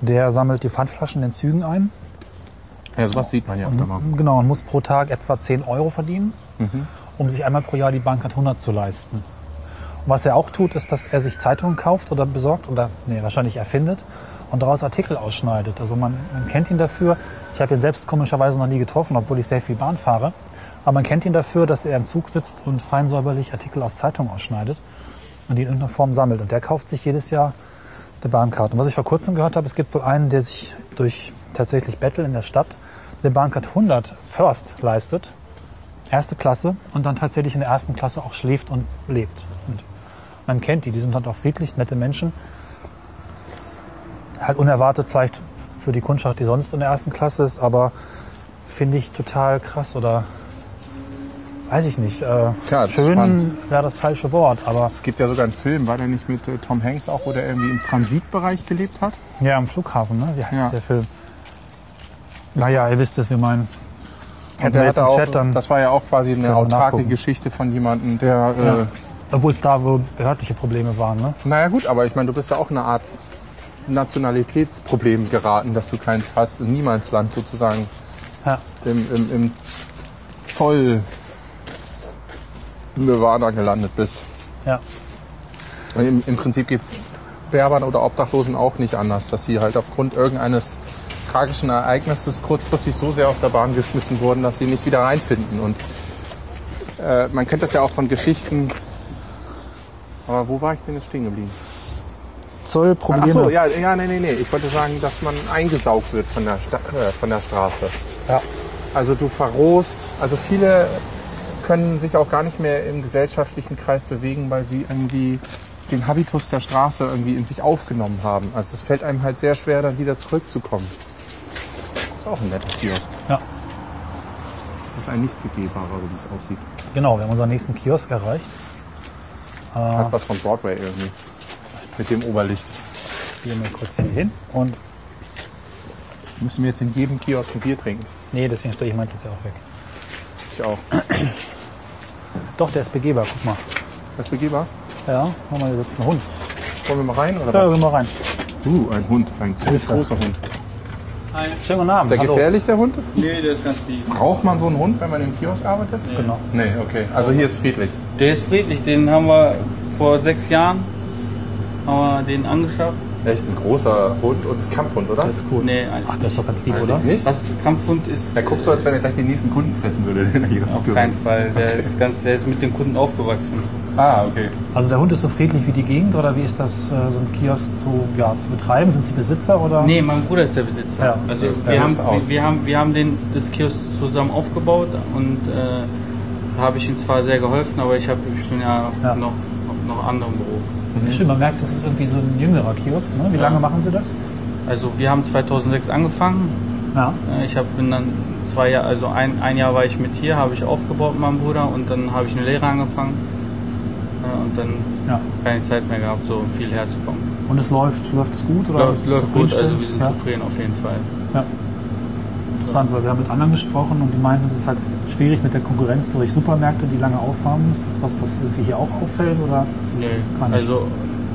[SPEAKER 3] der sammelt die Pfandflaschen in Zügen ein.
[SPEAKER 2] Ja, sowas sieht man ja öfter mal.
[SPEAKER 3] Genau, und muss pro Tag etwa 10 Euro verdienen, um sich einmal pro Jahr die Bankart 100 zu leisten. Und was er auch tut, ist, dass er sich Zeitungen kauft oder besorgt oder nee, wahrscheinlich erfindet und daraus Artikel ausschneidet. Also man, man kennt ihn dafür. Ich habe ihn selbst komischerweise noch nie getroffen, obwohl ich sehr viel Bahn fahre. Aber man kennt ihn dafür, dass er im Zug sitzt und feinsäuberlich Artikel aus Zeitungen ausschneidet und die in irgendeiner Form sammelt. Und der kauft sich jedes Jahr der Bahncard. Und was ich vor kurzem gehört habe, es gibt wohl einen, der sich durch tatsächlich Battle in der Stadt eine Bahncard 100 First leistet, erste Klasse, und dann tatsächlich in der ersten Klasse auch schläft und lebt. Und man kennt die, die sind halt auch friedlich, nette Menschen. Halt unerwartet vielleicht für die Kundschaft, die sonst in der ersten Klasse ist, aber finde ich total krass oder weiß ich nicht. Äh,
[SPEAKER 2] Tja, das
[SPEAKER 3] schön
[SPEAKER 2] fand-
[SPEAKER 3] wäre das falsche Wort, aber
[SPEAKER 2] Es gibt ja sogar einen Film, war der nicht mit äh, Tom Hanks auch, wo der irgendwie im Transitbereich gelebt hat?
[SPEAKER 3] Ja, am Flughafen, ne? Wie heißt
[SPEAKER 2] Ja.
[SPEAKER 3] der Film? Naja, ihr wisst, was wir meinen.
[SPEAKER 2] Und
[SPEAKER 3] Hätten
[SPEAKER 2] der
[SPEAKER 3] wir jetzt
[SPEAKER 2] hatte
[SPEAKER 3] im
[SPEAKER 2] auch,
[SPEAKER 3] Chat dann,
[SPEAKER 2] das war ja auch quasi eine
[SPEAKER 3] wir
[SPEAKER 2] autarke
[SPEAKER 3] nachgucken.
[SPEAKER 2] Geschichte von jemandem, der. Äh,
[SPEAKER 3] Ja. obwohl es da wohl behördliche Probleme waren, ne?
[SPEAKER 2] naja, gut, aber ich meine, du bist ja auch in eine Art Nationalitätsproblem geraten, dass du keins hast, in Niemandsland sozusagen.
[SPEAKER 3] Ja.
[SPEAKER 2] Im, im, im Zoll. Nirvana gelandet bist.
[SPEAKER 3] Ja.
[SPEAKER 2] Und Im, Im Prinzip geht's Berbern oder Obdachlosen auch nicht anders, dass sie halt aufgrund irgendeines tragischen Ereignisses kurzfristig so sehr auf der Bahn geschmissen wurden, dass sie nicht wieder reinfinden. Und äh, man kennt das ja auch von Geschichten. Aber wo war ich denn jetzt stehen geblieben?
[SPEAKER 3] Zollprobleme.
[SPEAKER 2] Ach so, ja, ja, nee, nee, nee. Ich wollte sagen, dass man eingesaugt wird von der, Sta äh, von der Straße.
[SPEAKER 3] Ja.
[SPEAKER 2] Also du verrohst, also viele können sich auch gar nicht mehr im gesellschaftlichen Kreis bewegen, weil sie irgendwie den Habitus der Straße irgendwie in sich aufgenommen haben. Also es fällt einem halt sehr schwer, dann wieder zurückzukommen. Ist auch ein netter Kiosk.
[SPEAKER 3] Ja.
[SPEAKER 2] Es ist ein nicht begehbarer, so wie es aussieht.
[SPEAKER 3] Genau, wir haben unseren nächsten Kiosk erreicht. Ah.
[SPEAKER 2] Hat was von Broadway irgendwie. Mit dem Oberlicht.
[SPEAKER 3] Gehen wir kurz hier hin. Und
[SPEAKER 2] Müssen wir jetzt in jedem Kiosk ein Bier trinken.
[SPEAKER 3] nee, deswegen stelle ich meins jetzt ja auch weg.
[SPEAKER 2] Ich auch.
[SPEAKER 3] Doch, der ist begehbar, guck mal.
[SPEAKER 2] Das ist begehbar?
[SPEAKER 3] Ja, guck mal, hier sitzt ein Hund.
[SPEAKER 2] Wollen wir mal rein oder
[SPEAKER 3] Ja,
[SPEAKER 2] was?
[SPEAKER 3] gehen wir rein.
[SPEAKER 2] Uh, ein Hund, ein ziemlich
[SPEAKER 3] Hilfe.
[SPEAKER 2] großer Hund.
[SPEAKER 3] Schönen guten Abend.
[SPEAKER 2] Der
[SPEAKER 3] Hallo.
[SPEAKER 2] gefährlich, der Hund?
[SPEAKER 5] Nee, der ist ganz lieb.
[SPEAKER 2] Braucht man so einen Hund, wenn man im Kiosk arbeitet?
[SPEAKER 3] Genau.
[SPEAKER 2] Nee, okay. Also hier ist friedlich.
[SPEAKER 5] Der ist friedlich, den haben wir vor sechs Jahren haben wir den angeschafft.
[SPEAKER 2] Echt ein großer Hund und ist Kampfhund, oder?
[SPEAKER 3] Das ist cool.
[SPEAKER 5] Nee, eigentlich
[SPEAKER 3] Ach, der ist doch ganz lieb,
[SPEAKER 2] Weiß
[SPEAKER 3] oder?
[SPEAKER 2] ich nicht.
[SPEAKER 5] Was? Kampfhund ist
[SPEAKER 2] Der guckt so, als wenn er gleich den nächsten Kunden fressen würde, den er hier
[SPEAKER 5] auf keinen Fall. Der, ist ganz, der ist mit dem Kunden aufgewachsen.
[SPEAKER 2] Ah, okay.
[SPEAKER 3] Also der Hund ist so friedlich wie die Gegend oder wie ist das, äh, so ein Kiosk zu, ja, zu betreiben? Sind Sie Besitzer oder?
[SPEAKER 5] Nee, mein Bruder ist der Besitzer.
[SPEAKER 3] Ja.
[SPEAKER 5] Also
[SPEAKER 2] Der
[SPEAKER 5] wir, haben,
[SPEAKER 2] ist aus.
[SPEAKER 5] wir, wir haben, wir haben den, das Kiosk zusammen aufgebaut und äh, da habe ich ihm zwar sehr geholfen, aber ich, hab, ich bin ja,
[SPEAKER 3] Ja.
[SPEAKER 5] noch hab noch anderen Beruf.
[SPEAKER 3] Schön, man merkt, das ist irgendwie so ein jüngerer Kiosk. Ne? Wie
[SPEAKER 5] Ja.
[SPEAKER 3] lange machen Sie das?
[SPEAKER 5] Also wir haben 2006 angefangen.
[SPEAKER 3] Ja.
[SPEAKER 5] Äh, Ich hab, bin dann zwei Jahre, also ein, ein Jahr war ich mit hier, habe ich aufgebaut mit meinem Bruder und dann habe ich eine Lehre angefangen äh, und dann
[SPEAKER 3] ja.
[SPEAKER 5] keine Zeit mehr gehabt, so viel herzukommen.
[SPEAKER 3] Und es läuft, läuft es gut? Oder ist
[SPEAKER 5] Läuft,
[SPEAKER 3] es
[SPEAKER 5] läuft gut, also wir sind
[SPEAKER 3] zufriedenstellend?
[SPEAKER 5] zufrieden auf jeden Fall.
[SPEAKER 3] ja. ja. Interessant, weil wir haben mit anderen gesprochen und die meinten, es ist halt schwierig mit der Konkurrenz durch Supermärkte, die lange aufhaben. Ist das was, was irgendwie hier auch auffällt? Oder?
[SPEAKER 5] Nee,
[SPEAKER 3] Kann ich.
[SPEAKER 5] also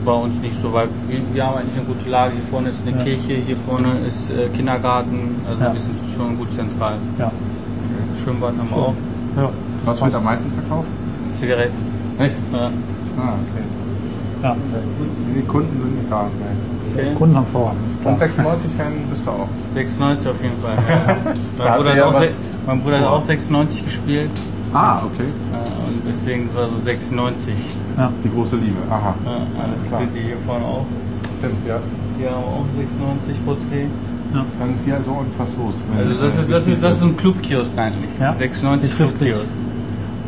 [SPEAKER 5] bei uns nicht so, weil wir, wir haben eigentlich eine gute Lage. Hier vorne ist eine
[SPEAKER 3] Ja.
[SPEAKER 5] Kirche, hier vorne ist äh, Kindergarten, also
[SPEAKER 3] Ja.
[SPEAKER 5] wir sind schon gut zentral.
[SPEAKER 3] Ja.
[SPEAKER 5] Schwimmbad haben wir auch,
[SPEAKER 3] ja.
[SPEAKER 2] Was wird am meisten verkauft?
[SPEAKER 5] Zigaretten.
[SPEAKER 2] Echt?
[SPEAKER 5] Ja.
[SPEAKER 2] Ah, okay.
[SPEAKER 3] ja.
[SPEAKER 2] Die Kunden sind nicht da. Nee.
[SPEAKER 5] Okay.
[SPEAKER 3] Kunden haben Vorrang, ist klar.
[SPEAKER 2] Und 96-Fan bist du auch.
[SPEAKER 5] 96 auf jeden Fall. Ja.
[SPEAKER 2] hat
[SPEAKER 5] mein, Bruder
[SPEAKER 2] er
[SPEAKER 5] hat
[SPEAKER 2] ja
[SPEAKER 5] auch,
[SPEAKER 2] was-
[SPEAKER 5] se- mein Bruder hat auch 96 gespielt
[SPEAKER 2] Ah, okay.
[SPEAKER 5] äh, und deswegen also war so 96.
[SPEAKER 3] Ja.
[SPEAKER 2] Die große Liebe. Aha.
[SPEAKER 5] Ja, alles
[SPEAKER 2] klar.
[SPEAKER 5] klar. Die hier vorne auch.
[SPEAKER 2] Stimmt, ja.
[SPEAKER 5] Die haben auch 96 Porträt.
[SPEAKER 2] Dann ist hier also ordentlich was los.
[SPEAKER 5] Also das ist, das ist, das ist ein Clubkiosk eigentlich.
[SPEAKER 3] Ja.
[SPEAKER 5] 96
[SPEAKER 3] Hier trifft sich.
[SPEAKER 5] Clubkiosk.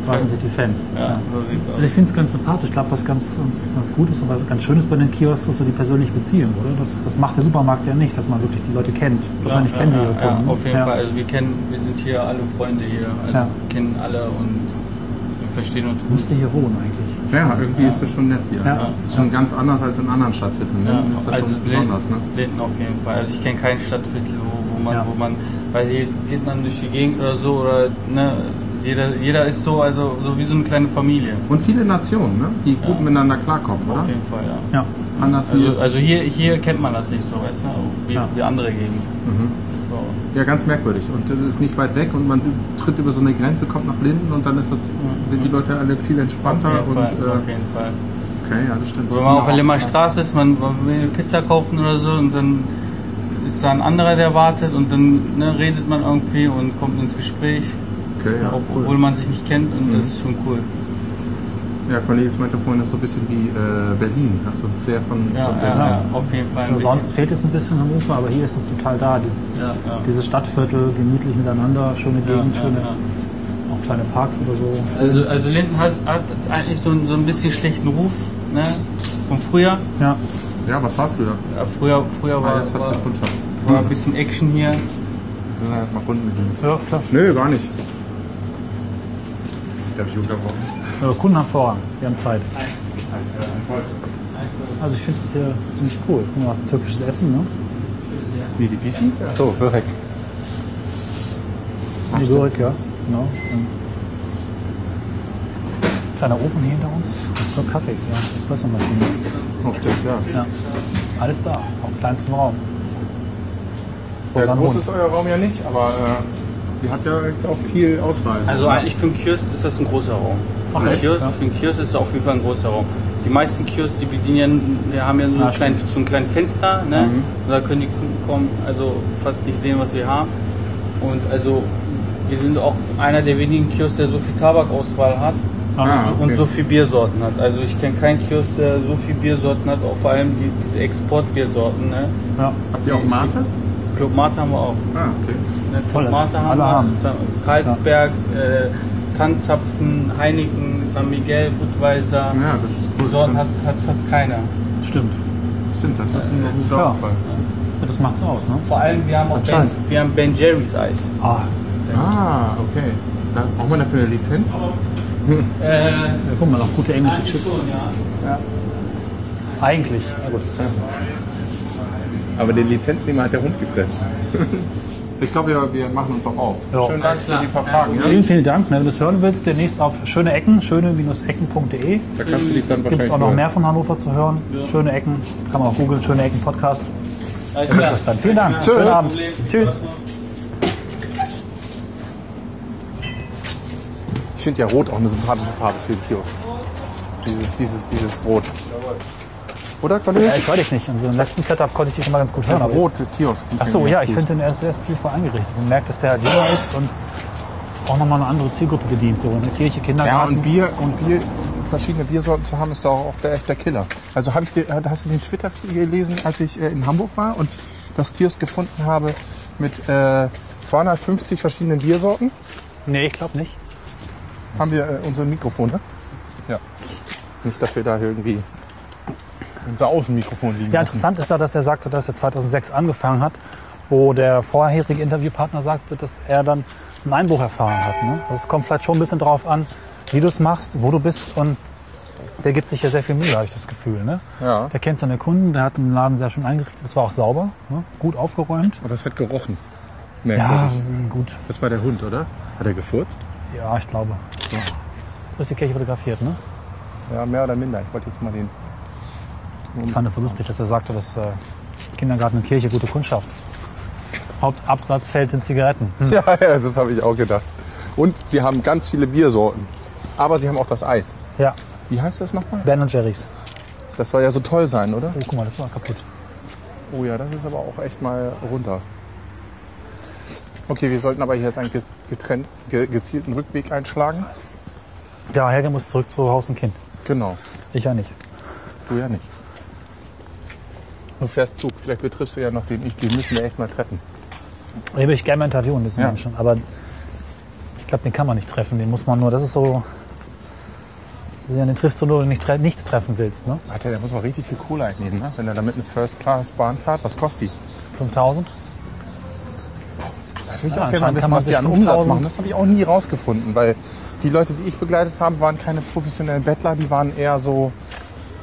[SPEAKER 3] Treffen sich die Fans.
[SPEAKER 5] Ja, so sieht's
[SPEAKER 3] Also
[SPEAKER 5] aus.
[SPEAKER 3] ich finde es ganz sympathisch. Ich glaube, was ganz, ganz, ganz Gutes und was ganz Schönes bei den Kiosks ist so die persönliche Beziehung, oder? Das, das macht der Supermarkt ja nicht, dass man wirklich die Leute kennt. Wahrscheinlich kennen sie ihre
[SPEAKER 5] ja,
[SPEAKER 3] Kunden.
[SPEAKER 5] ja, auf jeden
[SPEAKER 3] ja.
[SPEAKER 5] Fall. Also wir kennen, wir sind hier alle Freunde hier, also
[SPEAKER 3] Ja.
[SPEAKER 5] wir kennen alle und wir verstehen uns gut.
[SPEAKER 3] Müsste hier wohnen eigentlich.
[SPEAKER 2] Ja, irgendwie ist das schon nett hier.
[SPEAKER 3] Ja.
[SPEAKER 2] Ist schon ganz anders als in anderen Stadtvierteln. Ne? ist das
[SPEAKER 5] Also
[SPEAKER 2] schon besonders, ne?
[SPEAKER 5] Linden- Linden auf jeden Fall. Also ich kenne kein Stadtviertel, wo, wo man,
[SPEAKER 3] Ja.
[SPEAKER 5] wo man, weil hier geht man durch die Gegend oder so oder ne, jeder, jeder ist so, also so wie so eine kleine Familie.
[SPEAKER 2] Und viele Nationen, ne? die gut miteinander klarkommen,
[SPEAKER 5] Auf
[SPEAKER 2] oder?
[SPEAKER 5] jeden Fall, ja.
[SPEAKER 3] Ja.
[SPEAKER 2] Anders hier.
[SPEAKER 5] Also, also hier, hier kennt man das nicht so, weißt du, wie,
[SPEAKER 3] Ja.
[SPEAKER 5] wie andere Gegenden. So.
[SPEAKER 2] Ja, ganz merkwürdig. Und das ist nicht weit weg und man tritt über so eine Grenze, kommt nach Linden und dann ist das, sind die Leute alle viel
[SPEAKER 5] Auf
[SPEAKER 2] entspannter
[SPEAKER 5] jeden
[SPEAKER 2] und
[SPEAKER 5] Fall, auf
[SPEAKER 2] äh,
[SPEAKER 5] jeden Fall.
[SPEAKER 2] okay, ja, das stimmt.
[SPEAKER 5] Wenn
[SPEAKER 2] Das
[SPEAKER 5] man
[SPEAKER 2] ist
[SPEAKER 5] auf der
[SPEAKER 2] mir
[SPEAKER 5] Limmer
[SPEAKER 2] auch-
[SPEAKER 5] Straße ist, man, man will eine Pizza kaufen oder so und dann ist da ein anderer, der wartet und dann ne, redet man irgendwie und kommt ins Gespräch,
[SPEAKER 2] Okay, ja,
[SPEAKER 5] obwohl
[SPEAKER 2] cool. Mhm.
[SPEAKER 5] man sich nicht kennt und das ist schon cool.
[SPEAKER 2] ja, Cornelius meinte vorhin, das ist so ein bisschen wie äh, Berlin, hat so einen Flair von,
[SPEAKER 5] Ja,
[SPEAKER 2] von
[SPEAKER 5] ja,
[SPEAKER 2] Berlin.
[SPEAKER 5] ja, auf jeden Fall.
[SPEAKER 3] So,
[SPEAKER 5] ein
[SPEAKER 3] sonst fehlt es ein bisschen am Ufer, aber hier ist es total da. Dieses,
[SPEAKER 5] Ja, ja.
[SPEAKER 3] dieses Stadtviertel, gemütlich miteinander, schöne
[SPEAKER 5] bisschen.
[SPEAKER 3] Gegend,
[SPEAKER 5] Ja, ja,
[SPEAKER 3] schöne,
[SPEAKER 5] ja.
[SPEAKER 3] auch kleine Parks oder so.
[SPEAKER 5] Also, also Linden hat, hat eigentlich so, einen- so ein bisschen schlechten Ruf ne? von früher.
[SPEAKER 3] Ja,
[SPEAKER 2] ja, was war früher?
[SPEAKER 5] Ja, Früher, früher
[SPEAKER 2] Ah,
[SPEAKER 5] war,
[SPEAKER 2] jetzt hast du
[SPEAKER 5] war,
[SPEAKER 2] den Kundschaft.
[SPEAKER 5] war ein bisschen Action
[SPEAKER 2] Wir
[SPEAKER 5] hier.
[SPEAKER 2] sind jetzt mal Runden mit ihm.
[SPEAKER 3] ja klar.
[SPEAKER 2] Nö, gar nicht. Der hab ich unterbrochen.
[SPEAKER 3] Äh, Kunden haben Vorrang, wir haben Zeit. Also ich finde es hier ziemlich cool. Guck mal, türkisches Essen, ne?
[SPEAKER 2] Wie die Bifi? Achso, perfekt.
[SPEAKER 3] Die Gurke, ja. Genau. Ähm, Kleiner Ofen hier hinter uns. Nur Kaffee, ja. Espressomaschine.
[SPEAKER 2] Oh, stimmt, ja.
[SPEAKER 3] Ja. Alles da, auf kleinstem Raum. So,
[SPEAKER 2] Sehr
[SPEAKER 3] dann
[SPEAKER 2] groß
[SPEAKER 3] Hund.
[SPEAKER 2] ist euer Raum ja nicht, aber äh, ihr habt ja echt auch viel Auswahl.
[SPEAKER 5] Also eigentlich für einen Kiosk ist das ein großer Raum. Für,
[SPEAKER 3] Ach,
[SPEAKER 5] einen
[SPEAKER 3] echt?
[SPEAKER 5] Kiosk,
[SPEAKER 3] Ja.
[SPEAKER 5] für einen Kiosk ist es auf jeden Fall ein großer Raum. Die meisten Kiosks, die bedienen ja, wir haben ja so,
[SPEAKER 3] Ah, Mhm.
[SPEAKER 5] einen kleinen, so ein kleines Fenster, ne? Und da können die Kunden kommen, also fast nicht sehen, was wir haben. Und also wir sind auch einer der wenigen Kiosks, der so viel Tabakauswahl hat
[SPEAKER 2] Ah,
[SPEAKER 5] und
[SPEAKER 2] okay.
[SPEAKER 5] so viel Biersorten hat. Also ich kenne keinen Kiosk, der so viel Biersorten hat, auch vor allem die, diese Exportbiersorten. Ne?
[SPEAKER 3] Ja.
[SPEAKER 2] habt ihr auch Mate?
[SPEAKER 5] Club Mate haben wir auch. Ne,
[SPEAKER 2] Ah, okay.
[SPEAKER 5] Das
[SPEAKER 3] ist toll, dass das alle haben.
[SPEAKER 5] Karlsberg, äh, Tannzapfen, Heineken, San Miguel, Budweiser,
[SPEAKER 2] Ja, das ist
[SPEAKER 5] Die Sorten hat, hat fast keiner.
[SPEAKER 3] Stimmt.
[SPEAKER 2] Stimmt, das ist ein guter
[SPEAKER 3] Ja.
[SPEAKER 2] Auswahl.
[SPEAKER 3] Ja, das macht's aus, ne?
[SPEAKER 5] Vor allem, wir haben auch ben,
[SPEAKER 2] Anscheinend.
[SPEAKER 5] wir haben ben Jerry's Eis.
[SPEAKER 3] Ah,
[SPEAKER 2] Ah, okay. Da braucht man dafür eine Lizenz?
[SPEAKER 5] Äh,
[SPEAKER 3] guck mal, noch gute englische Chips.
[SPEAKER 5] schon, ja.
[SPEAKER 3] Eigentlich. Na gut.
[SPEAKER 8] Aber den Lizenznehmer hat der Hund gefressen.
[SPEAKER 2] Ich glaube, wir, wir machen uns auch auf.
[SPEAKER 3] Ja.
[SPEAKER 2] Schönen Dank
[SPEAKER 5] Alles
[SPEAKER 2] für
[SPEAKER 5] klar.
[SPEAKER 2] die paar Fragen.
[SPEAKER 3] Vielen, vielen Dank. Ne? Wenn du es hören willst, demnächst auf schöne Ecken, schöne-ecken.de.
[SPEAKER 8] Da kannst du dich dann
[SPEAKER 3] Gibt
[SPEAKER 8] wahrscheinlich
[SPEAKER 3] es auch noch
[SPEAKER 8] nur-
[SPEAKER 3] mehr von Hannover zu hören. Schöne Ecken. Kann man auch googeln. Schöne Ecken Podcast.
[SPEAKER 5] Alles
[SPEAKER 3] Das
[SPEAKER 5] klar.
[SPEAKER 3] ist es dann. Vielen Dank.
[SPEAKER 2] Tschö.
[SPEAKER 3] Schönen Abend. Tschüss.
[SPEAKER 2] Ich finde ja Rot auch eine sympathische Farbe für den Kiosk. Dieses, dieses, dieses Rot. Oder,
[SPEAKER 3] Ja,
[SPEAKER 2] Cornelius?
[SPEAKER 3] Äh, ich höre dich nicht. In so einem letzten Setup konnte ich dich immer ganz gut hören.
[SPEAKER 2] Das
[SPEAKER 3] aber jetzt-
[SPEAKER 2] Rot des Kiosks.
[SPEAKER 3] Ach so, ja, ich finde den erst sehr stilvoll eingerichtet. Man merkt, dass der halt jünger ist und auch nochmal eine andere Zielgruppe bedient. So in der Kirche,
[SPEAKER 2] Ja,
[SPEAKER 3] Kindergarten.
[SPEAKER 2] und Bier und Bier, verschiedene Biersorten zu haben, ist doch auch der, der Killer. Also habe ich dir, hast du den Twitter gelesen, als ich äh, in Hamburg war und das Kiosk gefunden habe mit äh, 250 verschiedenen Biersorten?
[SPEAKER 3] nee, ich glaube nicht.
[SPEAKER 2] Haben wir äh, unsere Mikrofone? Ja. Nicht, dass wir da irgendwie unser Außenmikrofon liegen.
[SPEAKER 3] Ja,
[SPEAKER 2] lassen.
[SPEAKER 3] interessant ist ja, dass er sagte, dass er 2006 angefangen hat, wo der vorherige Interviewpartner sagte, dass er dann einen Einbruch erfahren hat. Ne? Also es kommt vielleicht schon ein bisschen drauf an, wie du es machst, wo du bist und der gibt sich ja sehr viel Mühe, habe ich das Gefühl. Ne?
[SPEAKER 2] Ja.
[SPEAKER 3] Der kennt seine Kunden, der hat den Laden sehr schön eingerichtet, es war auch sauber, ne? gut aufgeräumt.
[SPEAKER 8] Aber es hat gerochen.
[SPEAKER 3] Ja,
[SPEAKER 8] Merkwürdig.
[SPEAKER 3] gut.
[SPEAKER 8] Das war der Hund, oder? Hat er gefurzt?
[SPEAKER 3] Ja, ich glaube. Du hast die Kirche fotografiert, ne?
[SPEAKER 2] ja, mehr oder minder. Ich wollte jetzt mal den.
[SPEAKER 3] Ich fand es so lustig, dass er sagte, dass äh, Kindergarten und Kirche gute Kundschaft. Hauptabsatzfeld sind Zigaretten. Hm.
[SPEAKER 2] Ja, ja, das habe ich auch gedacht. Und sie haben ganz viele Biersorten. Aber sie haben auch das Eis.
[SPEAKER 3] Ja,
[SPEAKER 2] Wie heißt das nochmal?
[SPEAKER 3] Ben und Jerry's.
[SPEAKER 2] Das soll ja so toll sein, oder?
[SPEAKER 3] Oh, guck mal, das war kaputt.
[SPEAKER 2] Oh ja, das ist aber auch echt mal runter. Okay, wir sollten aber hier jetzt einen getrennt, ge gezielten Rückweg einschlagen.
[SPEAKER 3] Ja, Helge muss zurück zu Haus und Kind.
[SPEAKER 2] Genau,
[SPEAKER 3] Ich ja nicht.
[SPEAKER 2] du ja nicht. Du fährst Zug, vielleicht betriffst du ja noch den ich, den müssen wir echt mal treffen.
[SPEAKER 3] Den würde ich gerne mal interviewen, diesen
[SPEAKER 2] Ja.
[SPEAKER 3] Menschen. Aber ich glaube, den kann man nicht treffen. Den muss man nur, das ist so... Das ist ja, den triffst du nur, wenn du nicht, tre nicht treffen willst, ne?
[SPEAKER 2] Alter, der muss mal richtig viel Kohle einnehmen, ne? Wenn er damit eine First-Class-Bahncard, was kostet die?
[SPEAKER 3] 5000?
[SPEAKER 2] Das will ich
[SPEAKER 3] Ja,
[SPEAKER 2] auch gerne mal
[SPEAKER 3] anscheinend
[SPEAKER 2] wissen,
[SPEAKER 3] kann man
[SPEAKER 2] was
[SPEAKER 3] bis
[SPEAKER 2] die an Umsatz
[SPEAKER 3] 5000
[SPEAKER 2] machen. Das habe ich auch nie rausgefunden, weil die Leute, die ich begleitet habe, waren keine professionellen Bettler, die waren eher so,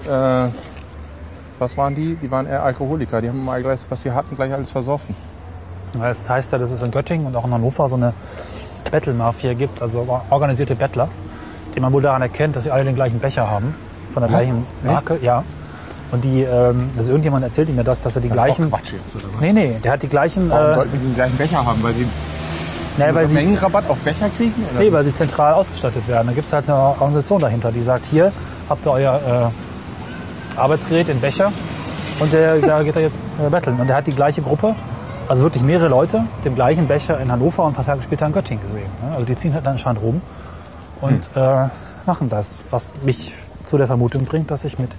[SPEAKER 2] äh, was waren die? Die waren eher Alkoholiker. Die haben mal gleich, was sie hatten, gleich alles versoffen.
[SPEAKER 3] Weil es heißt ja, dass es in Göttingen und auch in Hannover so eine Bettelmafia gibt, also organisierte Bettler, die man wohl daran erkennt, dass sie alle den gleichen Becher haben, von der
[SPEAKER 2] Was?
[SPEAKER 3] gleichen Marke, ja. Und die, ähm, also irgendjemand erzählte mir das, dass er die gleichen.
[SPEAKER 2] Quatsch jetzt, oder was?
[SPEAKER 3] Nee, nee, der hat die gleichen.
[SPEAKER 2] Warum
[SPEAKER 3] Äh,
[SPEAKER 2] sollten wir den gleichen Becher haben? Weil sie
[SPEAKER 3] nee, weil
[SPEAKER 2] einen
[SPEAKER 3] sie,
[SPEAKER 2] Mengenrabatt auf Becher kriegen? Oder?
[SPEAKER 3] nee, weil sie zentral ausgestattet werden. Da gibt es halt eine Organisation dahinter, die sagt, hier habt ihr euer äh, Arbeitsgerät in Becher und der, da geht er jetzt äh, betteln. Und der hat die gleiche Gruppe, also wirklich mehrere Leute, mit dem gleichen Becher in Hannover und ein paar Tage später in Göttingen gesehen. ne? Also die ziehen halt anscheinend rum und
[SPEAKER 2] Hm.
[SPEAKER 3] äh, machen das, was mich zu der Vermutung bringt, dass sich mit,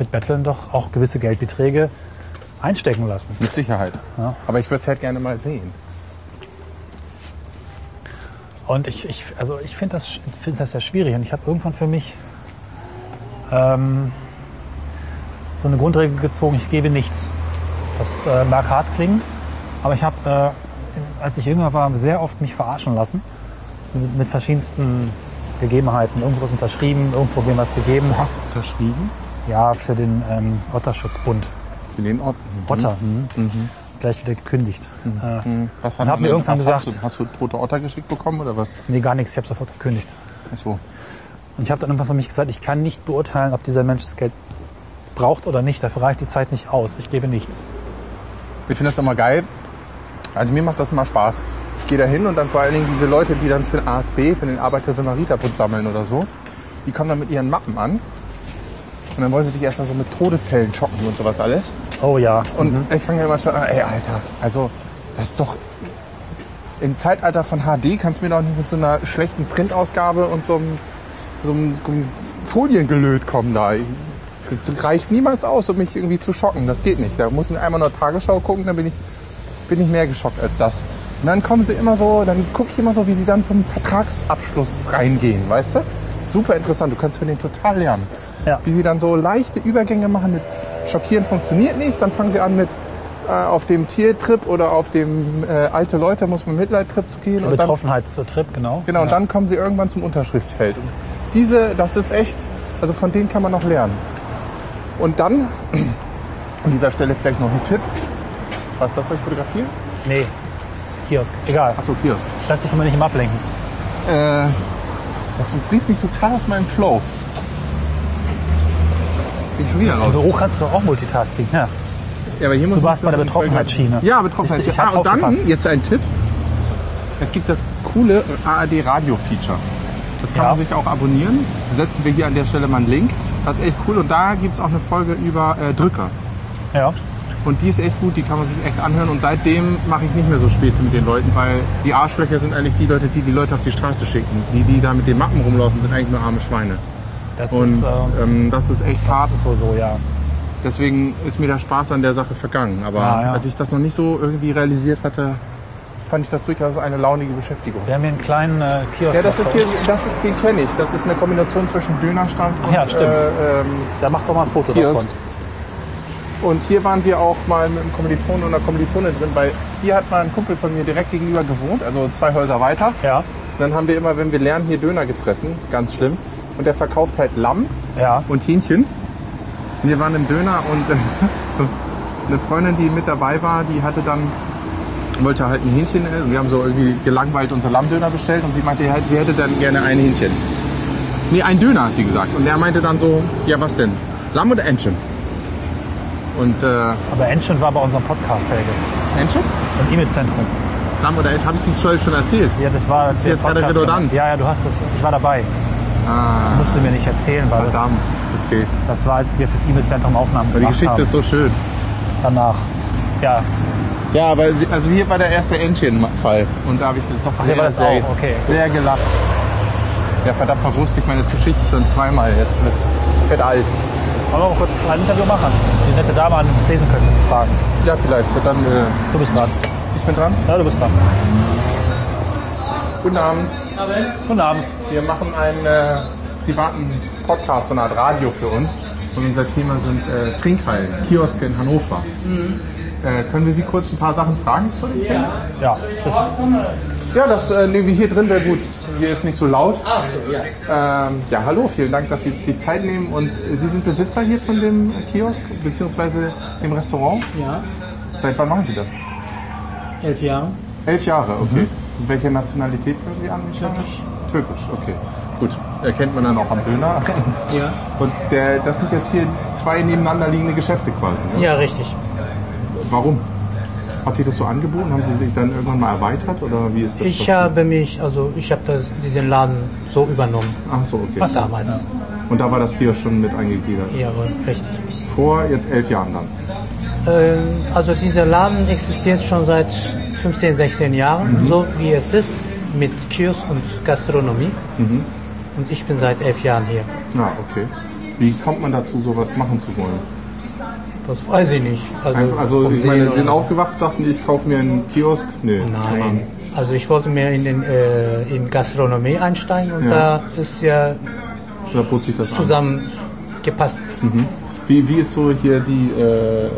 [SPEAKER 3] mit Betteln doch auch gewisse Geldbeträge einstecken lassen.
[SPEAKER 2] Mit Sicherheit. Aber ich würde es halt gerne mal sehen.
[SPEAKER 3] Und ich, ich, also ich finde das, find das sehr schwierig. Und ich habe irgendwann für mich ähm, so eine Grundregel gezogen, ich gebe nichts. Das äh, mag hart klingen, aber ich habe, äh, in- als ich jünger war, sehr oft mich verarschen lassen. Mit, mit verschiedensten Gegebenheiten. Irgendwo ist unterschrieben, irgendwo wem was gegeben.
[SPEAKER 2] Hast du unterschrieben?
[SPEAKER 3] Ja, für den ähm, Otterschutzbund.
[SPEAKER 2] In den Ort.
[SPEAKER 3] Otter. Mhm. Gleich wieder gekündigt. Äh,
[SPEAKER 2] Was
[SPEAKER 3] Dann hat mir irgendwann
[SPEAKER 2] was
[SPEAKER 3] gesagt-
[SPEAKER 2] Hast du, hast du tote Otter geschickt bekommen oder was?
[SPEAKER 3] nee, gar nichts. Ich habe sofort gekündigt.
[SPEAKER 2] Ach so.
[SPEAKER 3] Und ich habe dann irgendwann für mich gesagt, ich kann nicht beurteilen, ob dieser Mensch das Geld braucht oder nicht. Dafür reicht die Zeit nicht aus. Ich gebe nichts.
[SPEAKER 2] Ich finde das immer geil. Also mir macht das immer Spaß. Ich gehe da hin und dann vor allen Dingen diese Leute, die dann für den ASB, für den Arbeiter-Samariter-Bund sammeln oder so, die kommen dann mit ihren Mappen an. Und dann wollen sie dich erstmal so mit Todesfällen schocken und sowas alles.
[SPEAKER 3] Oh ja.
[SPEAKER 2] Und ich fange ja immer schon an, ey, Alter, also das ist doch. Im Zeitalter von HD kannst du mir doch nicht mit so einer schlechten Printausgabe und so einem, so einem, so einem Foliengelöt kommen da. Das reicht niemals aus, um mich irgendwie zu schocken. Das geht nicht. Da muss ich einmal nur Tagesschau gucken, dann bin ich, bin ich mehr geschockt als das. Und dann kommen sie immer so, dann gucke ich immer so, wie sie dann zum Vertragsabschluss reingehen, weißt du? Super interessant, du kannst von denen total lernen.
[SPEAKER 3] Ja.
[SPEAKER 2] wie sie dann so leichte Übergänge machen mit Schockieren funktioniert nicht, dann fangen sie an mit äh, auf dem Tiertrip oder auf dem äh, alte Leute muss man Mitleidtrip zu gehen und dann
[SPEAKER 3] Betroffenheitstrip, genau.
[SPEAKER 2] Genau, und dann kommen sie irgendwann zum Unterschriftsfeld. Und diese, das ist echt, also von denen kann man noch lernen. Und dann, an dieser Stelle vielleicht noch ein Tipp. Was ist das, soll ich fotografieren?
[SPEAKER 3] Nee, Kiosk, egal.
[SPEAKER 2] Achso, Kiosk.
[SPEAKER 3] Lass dich immer nicht im Ablenken.
[SPEAKER 2] Äh, das fließt mich total aus meinem Flow. Jetzt bin ich schon wieder
[SPEAKER 3] Im
[SPEAKER 2] raus.
[SPEAKER 3] Büro kannst du doch auch Multitasking. Ja.
[SPEAKER 2] Ja, aber hier muss
[SPEAKER 3] Du warst
[SPEAKER 2] ich-
[SPEAKER 3] bei der Betroffenheitsschiene.
[SPEAKER 2] Ja, Betroffenheit.
[SPEAKER 3] Ich
[SPEAKER 2] ah,
[SPEAKER 3] habe
[SPEAKER 2] und dann
[SPEAKER 3] aufgepasst.
[SPEAKER 2] jetzt ein Tipp. Es gibt das coole ARD-Radio-Feature. Das kann
[SPEAKER 3] Ja.
[SPEAKER 2] man sich auch abonnieren. Setzen wir hier an der Stelle mal einen Link. Das ist echt cool. Und da gibt es auch eine Folge über äh, Drücker.
[SPEAKER 3] ja.
[SPEAKER 2] Und die ist echt gut, die kann man sich echt anhören. Und seitdem mache ich nicht mehr so Späße mit den Leuten, weil die Arschlöcher sind eigentlich die Leute, die die Leute auf die Straße schicken. Die, die da mit den Mappen rumlaufen, sind eigentlich nur arme Schweine.
[SPEAKER 3] Das
[SPEAKER 2] Und
[SPEAKER 3] ist, äh,
[SPEAKER 2] ähm, das ist echt hart.
[SPEAKER 3] das ist wohl so, ja.
[SPEAKER 2] Deswegen ist mir der Spaß an der Sache vergangen. Aber
[SPEAKER 3] Ja, ja.
[SPEAKER 2] als ich das noch nicht so irgendwie realisiert hatte, fand ich das durchaus eine launige Beschäftigung.
[SPEAKER 3] Wir haben hier einen kleinen äh, Kiosk.
[SPEAKER 2] Ja, das ist hier, das ist, den kenne ich. Das ist eine Kombination zwischen Dönerstand und
[SPEAKER 3] ja, stimmt.
[SPEAKER 2] äh, ähm,
[SPEAKER 3] Da macht doch mal ein Foto
[SPEAKER 2] Kiosk.
[SPEAKER 3] davon.
[SPEAKER 2] Und hier waren wir auch mal mit einem Kommilitonen und einer Kommilitonin drin, weil hier hat mal ein Kumpel von mir direkt gegenüber gewohnt, also zwei Häuser weiter.
[SPEAKER 3] Ja,
[SPEAKER 2] Dann haben wir immer, wenn wir lernen, hier Döner gefressen, ganz schlimm. Und der verkauft halt Lamm
[SPEAKER 3] ja.
[SPEAKER 2] und Hähnchen. Und wir waren im Döner und äh, eine Freundin, die mit dabei war, die hatte dann, wollte halt ein Hähnchen essen. Wir haben so irgendwie gelangweilt unsere Lammdöner bestellt und sie meinte, halt, sie hätte dann gerne ein Hähnchen. Nee, ein Döner hat sie gesagt. Und er meinte dann so, ja was denn? Lamm oder Entchen? Und äh,
[SPEAKER 3] Aber Enschund war bei unserem Podcast, Helge.
[SPEAKER 2] Entchen?
[SPEAKER 3] Im E-Mail-Zentrum.
[SPEAKER 2] Lamm oder Entchen? Habe ich das schon erzählt?
[SPEAKER 3] Ja, das war das
[SPEAKER 2] ist jetzt gerade redundant.
[SPEAKER 3] Ja, ja, du hast das. Ich war dabei.
[SPEAKER 2] Ah,
[SPEAKER 3] Musst du mir nicht erzählen, weil das,
[SPEAKER 2] verdammt. Okay.
[SPEAKER 3] das war, als wir fürs E-Mail-Zentrum Aufnahmen
[SPEAKER 2] Aber die
[SPEAKER 3] gemacht
[SPEAKER 2] Geschichte
[SPEAKER 3] haben.
[SPEAKER 2] ist so schön.
[SPEAKER 3] Danach. Ja,
[SPEAKER 2] Ja, aber sie- also hier war der erste Entchen-Fall. Und da habe ich jetzt doch
[SPEAKER 3] hier war das
[SPEAKER 2] sehr,
[SPEAKER 3] auch, okay.
[SPEAKER 2] sehr gelacht. Ja, verdammt, verwurst ich meine Geschichten schon zweimal. Jetzt wird's, ich werd alt.
[SPEAKER 3] wollen wir mal kurz ein Interview machen. Die nette Dame an den Tresenköcken fragen.
[SPEAKER 2] Ja, vielleicht. So, dann, äh,
[SPEAKER 3] Du bist dran.
[SPEAKER 2] ich bin dran.
[SPEAKER 3] Ja, du bist dran.
[SPEAKER 2] Guten Abend.
[SPEAKER 3] Guten Abend.
[SPEAKER 2] Wir machen einen äh, privaten Podcast, so eine Art Radio für uns. Und unser Thema sind äh, Trinkhallen, Kioske in Hannover. Äh, können wir Sie kurz ein paar Sachen fragen zu dem Thema?
[SPEAKER 3] Ja, das,
[SPEAKER 2] Ja, das äh, nehmen wir hier drin, wäre gut. Hier ist nicht so laut. Ach, ja. Ähm, ja, hallo, vielen Dank, dass Sie jetzt sich Zeit nehmen. Und äh, Sie sind Besitzer hier von dem Kiosk, beziehungsweise dem Restaurant?
[SPEAKER 9] Ja,
[SPEAKER 2] Seit wann machen Sie das?
[SPEAKER 9] elf Jahre. Mhm.
[SPEAKER 2] Elf Jahre, okay. Und welche Nationalität können Sie an? Türkisch. Türkisch, okay. Gut, erkennt man dann auch am Döner.
[SPEAKER 9] Ja.
[SPEAKER 2] Und der, das sind jetzt hier zwei nebeneinander liegende Geschäfte quasi. Ne?
[SPEAKER 9] Ja, richtig.
[SPEAKER 2] Warum? Hat sich das so angeboten? Haben Sie sich dann irgendwann mal erweitert oder wie ist das?
[SPEAKER 9] Ich äh,
[SPEAKER 2] passiert?
[SPEAKER 9] habe mich, also ich habe das- diesen Laden so übernommen.
[SPEAKER 2] Ach so, okay.
[SPEAKER 9] Was damals.
[SPEAKER 2] Und da war das Kiosk schon mit eingegliedert.
[SPEAKER 9] Jawohl, richtig.
[SPEAKER 2] Vor jetzt elf Jahren dann.
[SPEAKER 9] Ähm, also dieser Laden existiert schon seit 15, 16
[SPEAKER 2] Mhm.
[SPEAKER 9] Jahren, so wie es ist, mit Kiosk und Gastronomie.
[SPEAKER 2] Mhm.
[SPEAKER 9] Und ich bin seit elf Jahren hier.
[SPEAKER 2] Ja, Ah, okay. Wie kommt man dazu, sowas machen zu wollen?
[SPEAKER 9] Das weiß ich nicht.
[SPEAKER 2] Einfach, also
[SPEAKER 9] vom
[SPEAKER 2] ich meine,
[SPEAKER 9] Sehen
[SPEAKER 2] sie sind
[SPEAKER 9] oder-
[SPEAKER 2] aufgewacht, dachten, ich kaufe mir einen Kiosk. Nee,
[SPEAKER 9] Nein.
[SPEAKER 2] sondern-
[SPEAKER 9] Also ich wollte mir in, den, äh, in Gastronomie einsteigen und
[SPEAKER 2] Ja.
[SPEAKER 9] da ist ja
[SPEAKER 2] Da bot sich das an.
[SPEAKER 9] zusammengepasst.
[SPEAKER 2] Wie, wie ist so hier die, äh,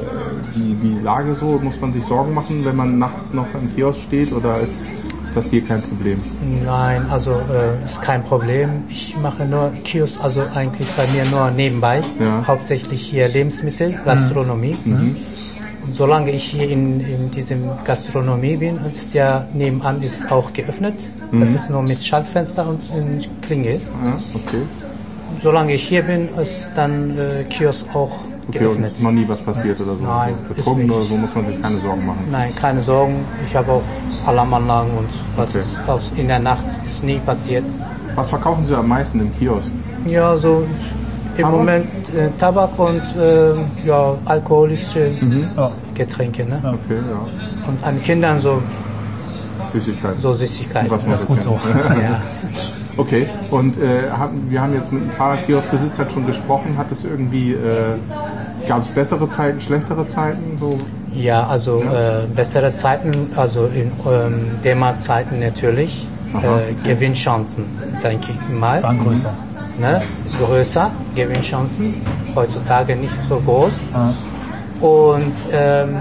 [SPEAKER 2] die, die Lage so? Muss man sich Sorgen machen, wenn man nachts noch im Kiosk steht oder ist das hier kein Problem?
[SPEAKER 9] Nein, also äh, ist kein Problem. Ich mache nur Kiosk, also eigentlich bei mir nur nebenbei.
[SPEAKER 2] Ja. Mhm.
[SPEAKER 9] Hauptsächlich hier Lebensmittel, Gastronomie. Und solange ich hier in, in diesem Gastronomie bin, ist ja nebenan ist auch geöffnet.
[SPEAKER 2] Mhm.
[SPEAKER 9] Das ist nur mit Schaltfenster und äh, Klingel.
[SPEAKER 2] Ja, okay.
[SPEAKER 9] Solange ich hier bin, ist dann äh, Kiosk auch
[SPEAKER 2] Okay,
[SPEAKER 9] geöffnet.
[SPEAKER 2] und noch nie was passiert oder so.
[SPEAKER 9] Nein, ist
[SPEAKER 2] Betrunken
[SPEAKER 9] nicht.
[SPEAKER 2] oder so muss man sich keine Sorgen machen.
[SPEAKER 9] Nein, keine Sorgen. Ich habe auch Alarmanlagen und was
[SPEAKER 2] Okay.
[SPEAKER 9] ist aus- in der Nacht ist nie passiert.
[SPEAKER 2] Was verkaufen Sie am meisten im Kiosk?
[SPEAKER 9] Ja, so im
[SPEAKER 2] Tabak?
[SPEAKER 9] Moment äh, Tabak und äh, ja, alkoholische
[SPEAKER 3] ja.
[SPEAKER 9] Getränke. Ne?
[SPEAKER 2] Okay, Mhm. ja.
[SPEAKER 9] Und an Kindern so,
[SPEAKER 2] Süßigkeiten.
[SPEAKER 9] so Süßigkeiten.
[SPEAKER 2] Was man
[SPEAKER 3] Das ist gut so.
[SPEAKER 9] ja.
[SPEAKER 2] Okay, und äh, haben, wir haben jetzt mit ein paar Kioskbesitzern schon gesprochen. Hat es irgendwie, äh, gab es bessere Zeiten, schlechtere Zeiten? So?
[SPEAKER 9] ja, also Äh, bessere Zeiten, also in ähm, D-Mark-Zeiten natürlich.
[SPEAKER 2] Aha,
[SPEAKER 9] äh, Gewinnchancen, denke ich mal.
[SPEAKER 3] waren größer.
[SPEAKER 9] Ne? Ist größer, Gewinnchancen, heutzutage nicht so groß. Und ähm,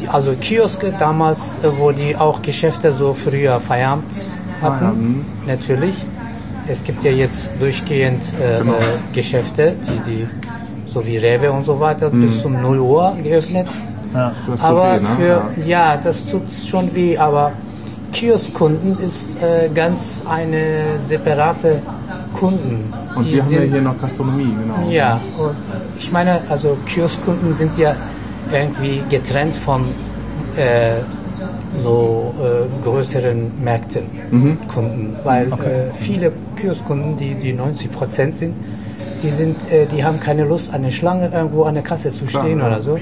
[SPEAKER 9] die, also Kioske damals, äh, wo die auch Geschäfte so früher Feierabend
[SPEAKER 2] Ah,
[SPEAKER 9] hatten,
[SPEAKER 2] Mhm.
[SPEAKER 9] natürlich. Es gibt ja jetzt durchgehend äh,
[SPEAKER 2] Genau.
[SPEAKER 9] äh, Geschäfte, die, die so wie Rewe und so weiter bis zum 0 Uhr geöffnet.
[SPEAKER 3] Ja.
[SPEAKER 2] Mhm. Das tut
[SPEAKER 9] aber
[SPEAKER 2] weh, ne?
[SPEAKER 9] für ja. das tut schon weh, aber Kioskunden ist äh, ganz eine separate Kunden.
[SPEAKER 2] Ja. Und
[SPEAKER 9] Die
[SPEAKER 2] wir haben ja
[SPEAKER 9] sind-
[SPEAKER 2] hier noch Gastronomie, genau.
[SPEAKER 9] ja, und ich meine, also Kioskunden sind ja irgendwie getrennt von äh, so äh, größeren Märkten
[SPEAKER 2] Mhm.
[SPEAKER 9] Kunden, weil äh, viele Kioskunden, die die 90 Prozent sind, die sind, äh, die haben keine Lust an der Schlange irgendwo an der Kasse zu stehen oder so.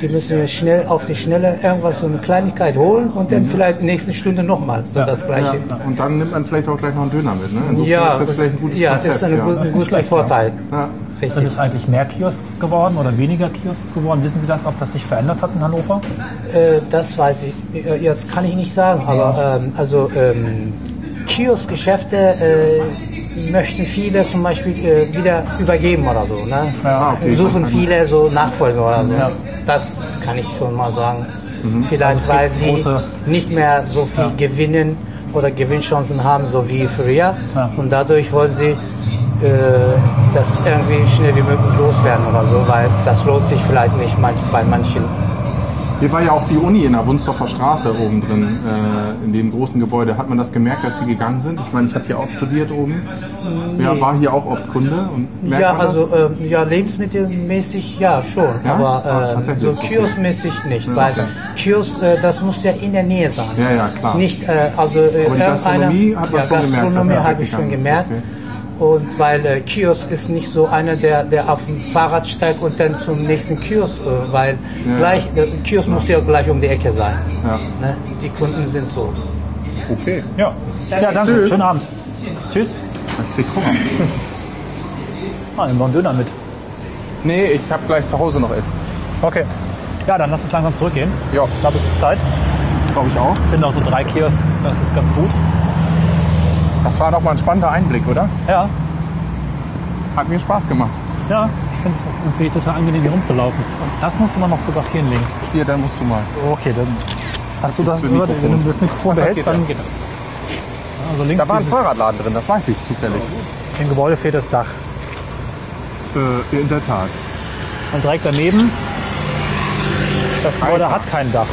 [SPEAKER 9] Die müssen ja schnell auf die Schnelle irgendwas so eine Kleinigkeit holen und dann vielleicht in der nächsten Stunde nochmal so das
[SPEAKER 2] Mhm. Ja,
[SPEAKER 9] Gleiche.
[SPEAKER 2] und dann nimmt man vielleicht auch gleich noch einen Döner mit. Ne? Insofern ist das vielleicht ein gutes
[SPEAKER 9] ja,
[SPEAKER 2] Konzept.
[SPEAKER 9] das ist ein
[SPEAKER 2] ja.
[SPEAKER 9] gut-
[SPEAKER 3] ist
[SPEAKER 9] ein
[SPEAKER 3] nicht
[SPEAKER 9] guter
[SPEAKER 3] schlecht, ja.
[SPEAKER 9] Vorteil.
[SPEAKER 2] Ja.
[SPEAKER 3] Sind
[SPEAKER 9] Richtig.
[SPEAKER 3] es eigentlich mehr Kiosks geworden oder weniger Kiosks geworden? Wissen Sie das, ob das sich verändert hat in Hannover?
[SPEAKER 9] Äh, das weiß ich, äh, das kann ich nicht sagen, aber ähm, also ähm, Kioskgeschäfte äh, möchten viele zum Beispiel äh, wieder übergeben oder so. Ne?
[SPEAKER 3] Ja,
[SPEAKER 2] okay.
[SPEAKER 9] Suchen viele so Nachfolger oder so.
[SPEAKER 3] Ja.
[SPEAKER 9] Das kann ich schon mal sagen. Vielleicht
[SPEAKER 3] Also es
[SPEAKER 9] weil
[SPEAKER 3] gibt
[SPEAKER 9] die
[SPEAKER 3] große-
[SPEAKER 9] nicht mehr so viel gewinnen oder Gewinnchancen haben, so wie früher.
[SPEAKER 3] Ja.
[SPEAKER 9] Und dadurch wollen sie äh, das irgendwie schnell wie möglich loswerden oder so, weil das lohnt sich vielleicht nicht manch, bei manchen.
[SPEAKER 2] Hier war ja auch die Uni in der Wunstorfer Straße oben drin, äh, in dem großen Gebäude. Hat man das gemerkt, als Sie gegangen sind? Ich meine, ich habe hier auch studiert oben. Ja, war hier auch oft Kunde. Und merkt
[SPEAKER 9] Ja,
[SPEAKER 2] man das?
[SPEAKER 9] also ähm, ja, lebensmittelmäßig ja schon,
[SPEAKER 2] Ja? Ah,
[SPEAKER 9] aber äh,
[SPEAKER 2] tatsächlich,
[SPEAKER 9] so
[SPEAKER 2] okay.
[SPEAKER 9] kioskmäßig nicht,
[SPEAKER 2] Ja,
[SPEAKER 9] weil
[SPEAKER 2] okay.
[SPEAKER 9] Kiosk, äh, das muss ja in der Nähe sein.
[SPEAKER 2] Ja, ja, klar.
[SPEAKER 9] Nicht, äh, also äh,
[SPEAKER 2] Aber die Gastronomie
[SPEAKER 9] irgendeiner-
[SPEAKER 2] hat man
[SPEAKER 9] ja,
[SPEAKER 2] schon gemerkt, dass
[SPEAKER 9] Gastronomie
[SPEAKER 2] das
[SPEAKER 9] habe ich
[SPEAKER 2] weggegangen
[SPEAKER 9] schon
[SPEAKER 2] ist,
[SPEAKER 9] gemerkt.
[SPEAKER 2] okay.
[SPEAKER 9] Und weil äh, Kiosk ist nicht so einer, der, der auf dem Fahrrad steigt und dann zum nächsten Kiosk, äh, weil
[SPEAKER 2] Ja.
[SPEAKER 9] gleich, der Kiosk muss ja gleich um die Ecke sein.
[SPEAKER 2] Ja.
[SPEAKER 9] Ne? Die Kunden sind so.
[SPEAKER 2] Okay,
[SPEAKER 3] Ja. Ja, danke.
[SPEAKER 2] Tschüss.
[SPEAKER 3] Schönen Abend. Tschüss.
[SPEAKER 2] ich krieg Hunger.
[SPEAKER 3] Ah, nehmen wir einen Döner mit.
[SPEAKER 2] Nee, ich habe gleich zu Hause noch Essen.
[SPEAKER 3] Okay. Ja, dann lass uns langsam zurückgehen.
[SPEAKER 2] Ja,
[SPEAKER 3] Ich glaube, es ist Zeit.
[SPEAKER 2] glaube ich auch.
[SPEAKER 3] Ich finde auch so drei Kiosks, das ist ganz gut.
[SPEAKER 2] Das war doch mal ein spannender Einblick, oder?
[SPEAKER 3] Ja,
[SPEAKER 2] Hat mir Spaß gemacht.
[SPEAKER 3] ja. Ich finde es auch irgendwie total angenehm, hier rumzulaufen. Das musst du mal noch fotografieren links.
[SPEAKER 2] Hier, dann musst du mal.
[SPEAKER 3] Okay, dann hast du das,
[SPEAKER 2] Für
[SPEAKER 3] über,
[SPEAKER 2] Mikrofon.
[SPEAKER 3] wenn du das Mikrofon behältst,
[SPEAKER 2] geht das.
[SPEAKER 3] dann geht das. Also links
[SPEAKER 2] Da war ein
[SPEAKER 3] dieses,
[SPEAKER 2] Fahrradladen drin, das weiß ich zufällig.
[SPEAKER 3] im Gebäude fehlt das Dach.
[SPEAKER 2] Äh, in der Tat.
[SPEAKER 3] Und direkt daneben, das Gebäude hat kein Dach.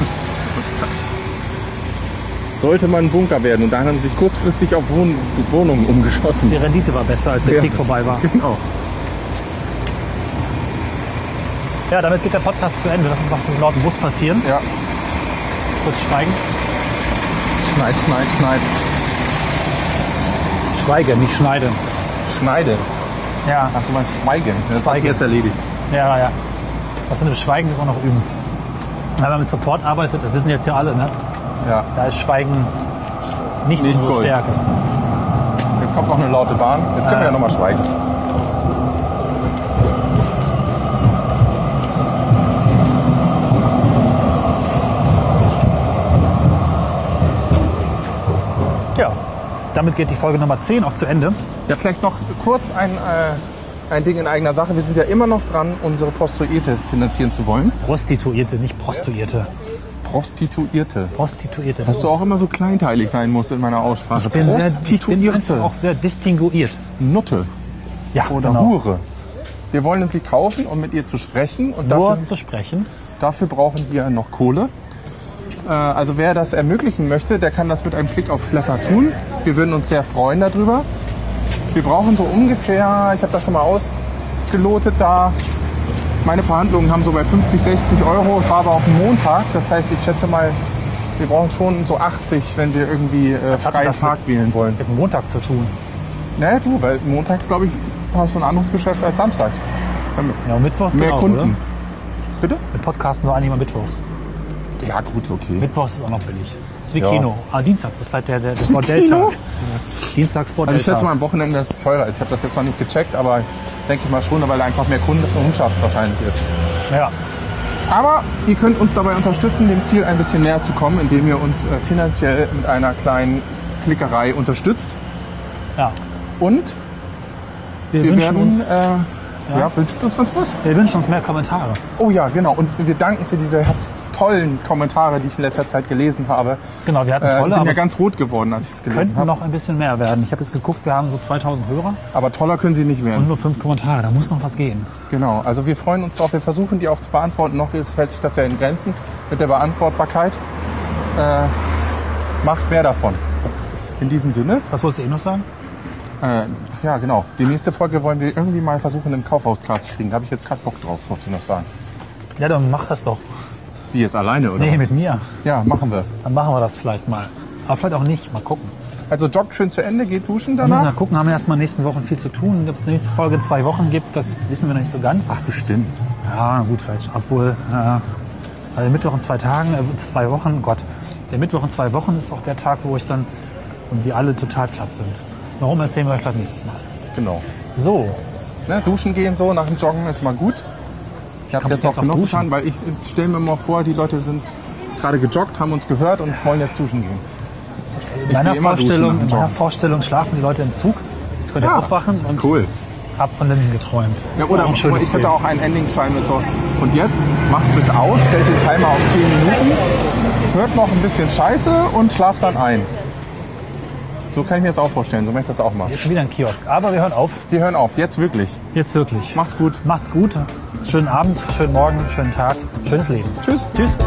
[SPEAKER 2] Sollte mal ein Bunker werden und da haben sie sich kurzfristig auf Wohn Wohnungen
[SPEAKER 3] Die
[SPEAKER 2] umgeschossen.
[SPEAKER 3] Rendite war besser, als der
[SPEAKER 2] Ja.
[SPEAKER 3] Krieg vorbei war.
[SPEAKER 2] Genau.
[SPEAKER 3] Ja, damit geht der Podcast zu Ende. Lass uns noch diesen lauten Bus passieren.
[SPEAKER 2] Ja.
[SPEAKER 3] Kurz schweigen.
[SPEAKER 2] Schneid, schneid, schneid.
[SPEAKER 3] Schweige, nicht schneide.
[SPEAKER 2] Schneide.
[SPEAKER 3] Ja,
[SPEAKER 2] Ach, du meinst schweigen. Das hat
[SPEAKER 3] Schweigen.
[SPEAKER 2] sich jetzt erledigt.
[SPEAKER 3] ja, ja. Das mit dem Schweigen müssen wir noch üben. Ja, Wenn man mit Support arbeitet, das wissen jetzt ja alle, ne?
[SPEAKER 2] Ja.
[SPEAKER 3] da ist Schweigen nicht,
[SPEAKER 2] Nicht
[SPEAKER 3] unsere
[SPEAKER 2] Gold.
[SPEAKER 3] Stärke.
[SPEAKER 2] Jetzt kommt noch eine laute Bahn. Jetzt können wir ja nochmal schweigen.
[SPEAKER 3] Ja, damit geht die Folge Nummer 10 auch zu Ende.
[SPEAKER 2] Ja, vielleicht noch kurz ein, äh, ein Ding in eigener Sache. Wir sind ja immer noch dran, unsere Prostituierte finanzieren zu wollen.
[SPEAKER 3] Prostituierte, nicht Prostituierte.
[SPEAKER 2] Prostituierte.
[SPEAKER 3] Prostituierte.
[SPEAKER 2] Dass du auch immer so kleinteilig sein musst in meiner Aussprache.
[SPEAKER 3] Also Ich bin sehr, ich bin
[SPEAKER 2] Prostituierte.
[SPEAKER 3] einfach auch sehr distinguiert.
[SPEAKER 2] Nutte
[SPEAKER 3] Ja, genau.
[SPEAKER 2] oder Hure. Wir wollen sie kaufen, um mit ihr zu sprechen. Und dafür
[SPEAKER 3] Nur zu sprechen.
[SPEAKER 2] Dafür brauchen wir noch Kohle. Äh, Also wer das ermöglichen möchte, der kann das mit einem Klick auf Flapper tun. Wir würden uns sehr freuen darüber. Wir brauchen so ungefähr, ich habe das schon mal ausgelotet da, meine Verhandlungen haben so bei 50, 60 Euro. Es war aber auf dem Montag, das heißt, ich schätze mal, wir brauchen schon so 80, wenn wir irgendwie äh,
[SPEAKER 3] hat
[SPEAKER 2] freien
[SPEAKER 3] das
[SPEAKER 2] Tag
[SPEAKER 3] mit-
[SPEAKER 2] wählen wollen.
[SPEAKER 3] Mit dem Montag zu tun.
[SPEAKER 2] Naja, Ne, du, weil montags, glaube ich, hast du ein anderes Geschäft als samstags. Ähm,
[SPEAKER 3] Ja, und Mittwochs
[SPEAKER 2] Mehr
[SPEAKER 3] geht auch,
[SPEAKER 2] Kunden.
[SPEAKER 3] oder?
[SPEAKER 2] Bitte?
[SPEAKER 3] Mit Podcasten nur einmal Mittwochs.
[SPEAKER 2] Ja, gut, okay.
[SPEAKER 3] Mittwochs ist auch noch billig. Ist wie
[SPEAKER 2] Ja.
[SPEAKER 3] Kino. Ah, Dienstags ist vielleicht der, der, der
[SPEAKER 2] ein Kino?
[SPEAKER 3] Bordelltag. Dienstags
[SPEAKER 2] Also
[SPEAKER 3] Bordelltag.
[SPEAKER 2] ich schätze mal am Wochenende, dass es teurer ist. Ich habe das jetzt noch nicht gecheckt, aber denke ich mal schon, weil da einfach mehr Kunde- Kundschaft wahrscheinlich ist.
[SPEAKER 3] Ja.
[SPEAKER 2] Aber ihr könnt uns dabei unterstützen, dem Ziel ein bisschen näher zu kommen, indem ihr uns äh, finanziell mit einer kleinen Klickerei unterstützt.
[SPEAKER 3] ja.
[SPEAKER 2] Und
[SPEAKER 3] Wir,
[SPEAKER 2] Wir
[SPEAKER 3] wünschen
[SPEAKER 2] werden,
[SPEAKER 3] uns,
[SPEAKER 2] äh, ja. wünschen uns noch was?
[SPEAKER 3] wir wünschen uns mehr Kommentare.
[SPEAKER 2] Oh ja, genau. Und wir danken für diese herv- tollen Kommentare, die ich in letzter Zeit gelesen habe.
[SPEAKER 3] Genau, wir hatten
[SPEAKER 2] Äh, ich
[SPEAKER 3] tolle,
[SPEAKER 2] bin
[SPEAKER 3] aber
[SPEAKER 2] ja
[SPEAKER 3] es
[SPEAKER 2] ganz rot geworden, als ich es gelesen
[SPEAKER 3] könnten
[SPEAKER 2] habe.
[SPEAKER 3] noch ein bisschen mehr werden. Ich habe jetzt geguckt, wir haben so 2000 Hörer
[SPEAKER 2] Aber toller können sie nicht
[SPEAKER 3] und
[SPEAKER 2] werden.
[SPEAKER 3] nur fünf Kommentare. Da muss noch was gehen.
[SPEAKER 2] Genau. Also wir freuen uns drauf. Wir versuchen die auch zu beantworten. Noch ist, hält sich das ja in Grenzen mit der Beantwortbarkeit. Äh, macht mehr davon. In diesem Sinne,
[SPEAKER 3] Was wolltest du eben noch sagen?
[SPEAKER 2] äh, ach ja genau, die nächste Folge wollen wir irgendwie mal versuchen, im Kaufhaus klar zu kriegen. Da habe ich jetzt gerade Bock drauf, wollte ich noch sagen.
[SPEAKER 3] Ja, dann mach das doch.
[SPEAKER 2] Wie, jetzt alleine, oder
[SPEAKER 3] Nee,
[SPEAKER 2] was?
[SPEAKER 3] mit mir.
[SPEAKER 2] Ja, machen wir.
[SPEAKER 3] Dann machen wir das vielleicht mal. Aber vielleicht auch nicht. Mal gucken.
[SPEAKER 2] Also joggt schön zu Ende, geht duschen
[SPEAKER 3] Wir müssen mal
[SPEAKER 2] danach.
[SPEAKER 3] gucken, haben wir erstmal in den nächsten Wochen viel zu tun. Ob es die nächste Folge zwei Wochen gibt, das wissen wir noch nicht so ganz.
[SPEAKER 2] Ach, bestimmt.
[SPEAKER 3] Ja, gut, vielleicht. Obwohl, äh, also Mittwoch in zwei Tagen, äh, zwei Wochen, Gott. Der Mittwoch in zwei Wochen ist auch der Tag, wo ich dann und wir alle total platt sind. Warum erzählen wir euch vielleicht nächstes Mal.
[SPEAKER 2] Genau.
[SPEAKER 3] So,
[SPEAKER 2] Ne, duschen gehen so nach dem Joggen ist mal gut. Ich habe
[SPEAKER 3] Kann
[SPEAKER 2] jetzt auch
[SPEAKER 3] man jetzt auch
[SPEAKER 2] genug
[SPEAKER 3] duschen?
[SPEAKER 2] getan, weil ich stelle mir mal vor, die Leute sind gerade gejoggt, haben uns gehört und wollen jetzt duschen gehen.
[SPEAKER 3] in meiner,
[SPEAKER 2] gehe immer duschen
[SPEAKER 3] Vorstellung,
[SPEAKER 2] nach
[SPEAKER 3] in
[SPEAKER 2] dem
[SPEAKER 3] meiner
[SPEAKER 2] Joggen.
[SPEAKER 3] Vorstellung schlafen die Leute im Zug. Jetzt könnt ihr aufwachen und
[SPEAKER 2] cool.
[SPEAKER 3] hab von Linden geträumt.
[SPEAKER 2] Ja,
[SPEAKER 3] Das war
[SPEAKER 2] oder
[SPEAKER 3] ein schönes
[SPEAKER 2] ich hätte
[SPEAKER 3] Bild.
[SPEAKER 2] auch einen Endingschein mit so. Und jetzt macht bitte aus, stellt den Timer auf 10 Minuten, hört noch ein bisschen Scheiße und schlaft dann ein. So kann ich mir das auch vorstellen, so möchte ich das auch mal.
[SPEAKER 3] Hier ist schon wieder ein Kiosk. Aber wir hören auf.
[SPEAKER 2] Wir hören auf, jetzt wirklich.
[SPEAKER 3] Jetzt wirklich.
[SPEAKER 2] Macht's gut.
[SPEAKER 3] Macht's gut. Schönen Abend, schönen Morgen, schönen Tag, schönes Leben.
[SPEAKER 2] Tschüss.
[SPEAKER 3] Tschüss.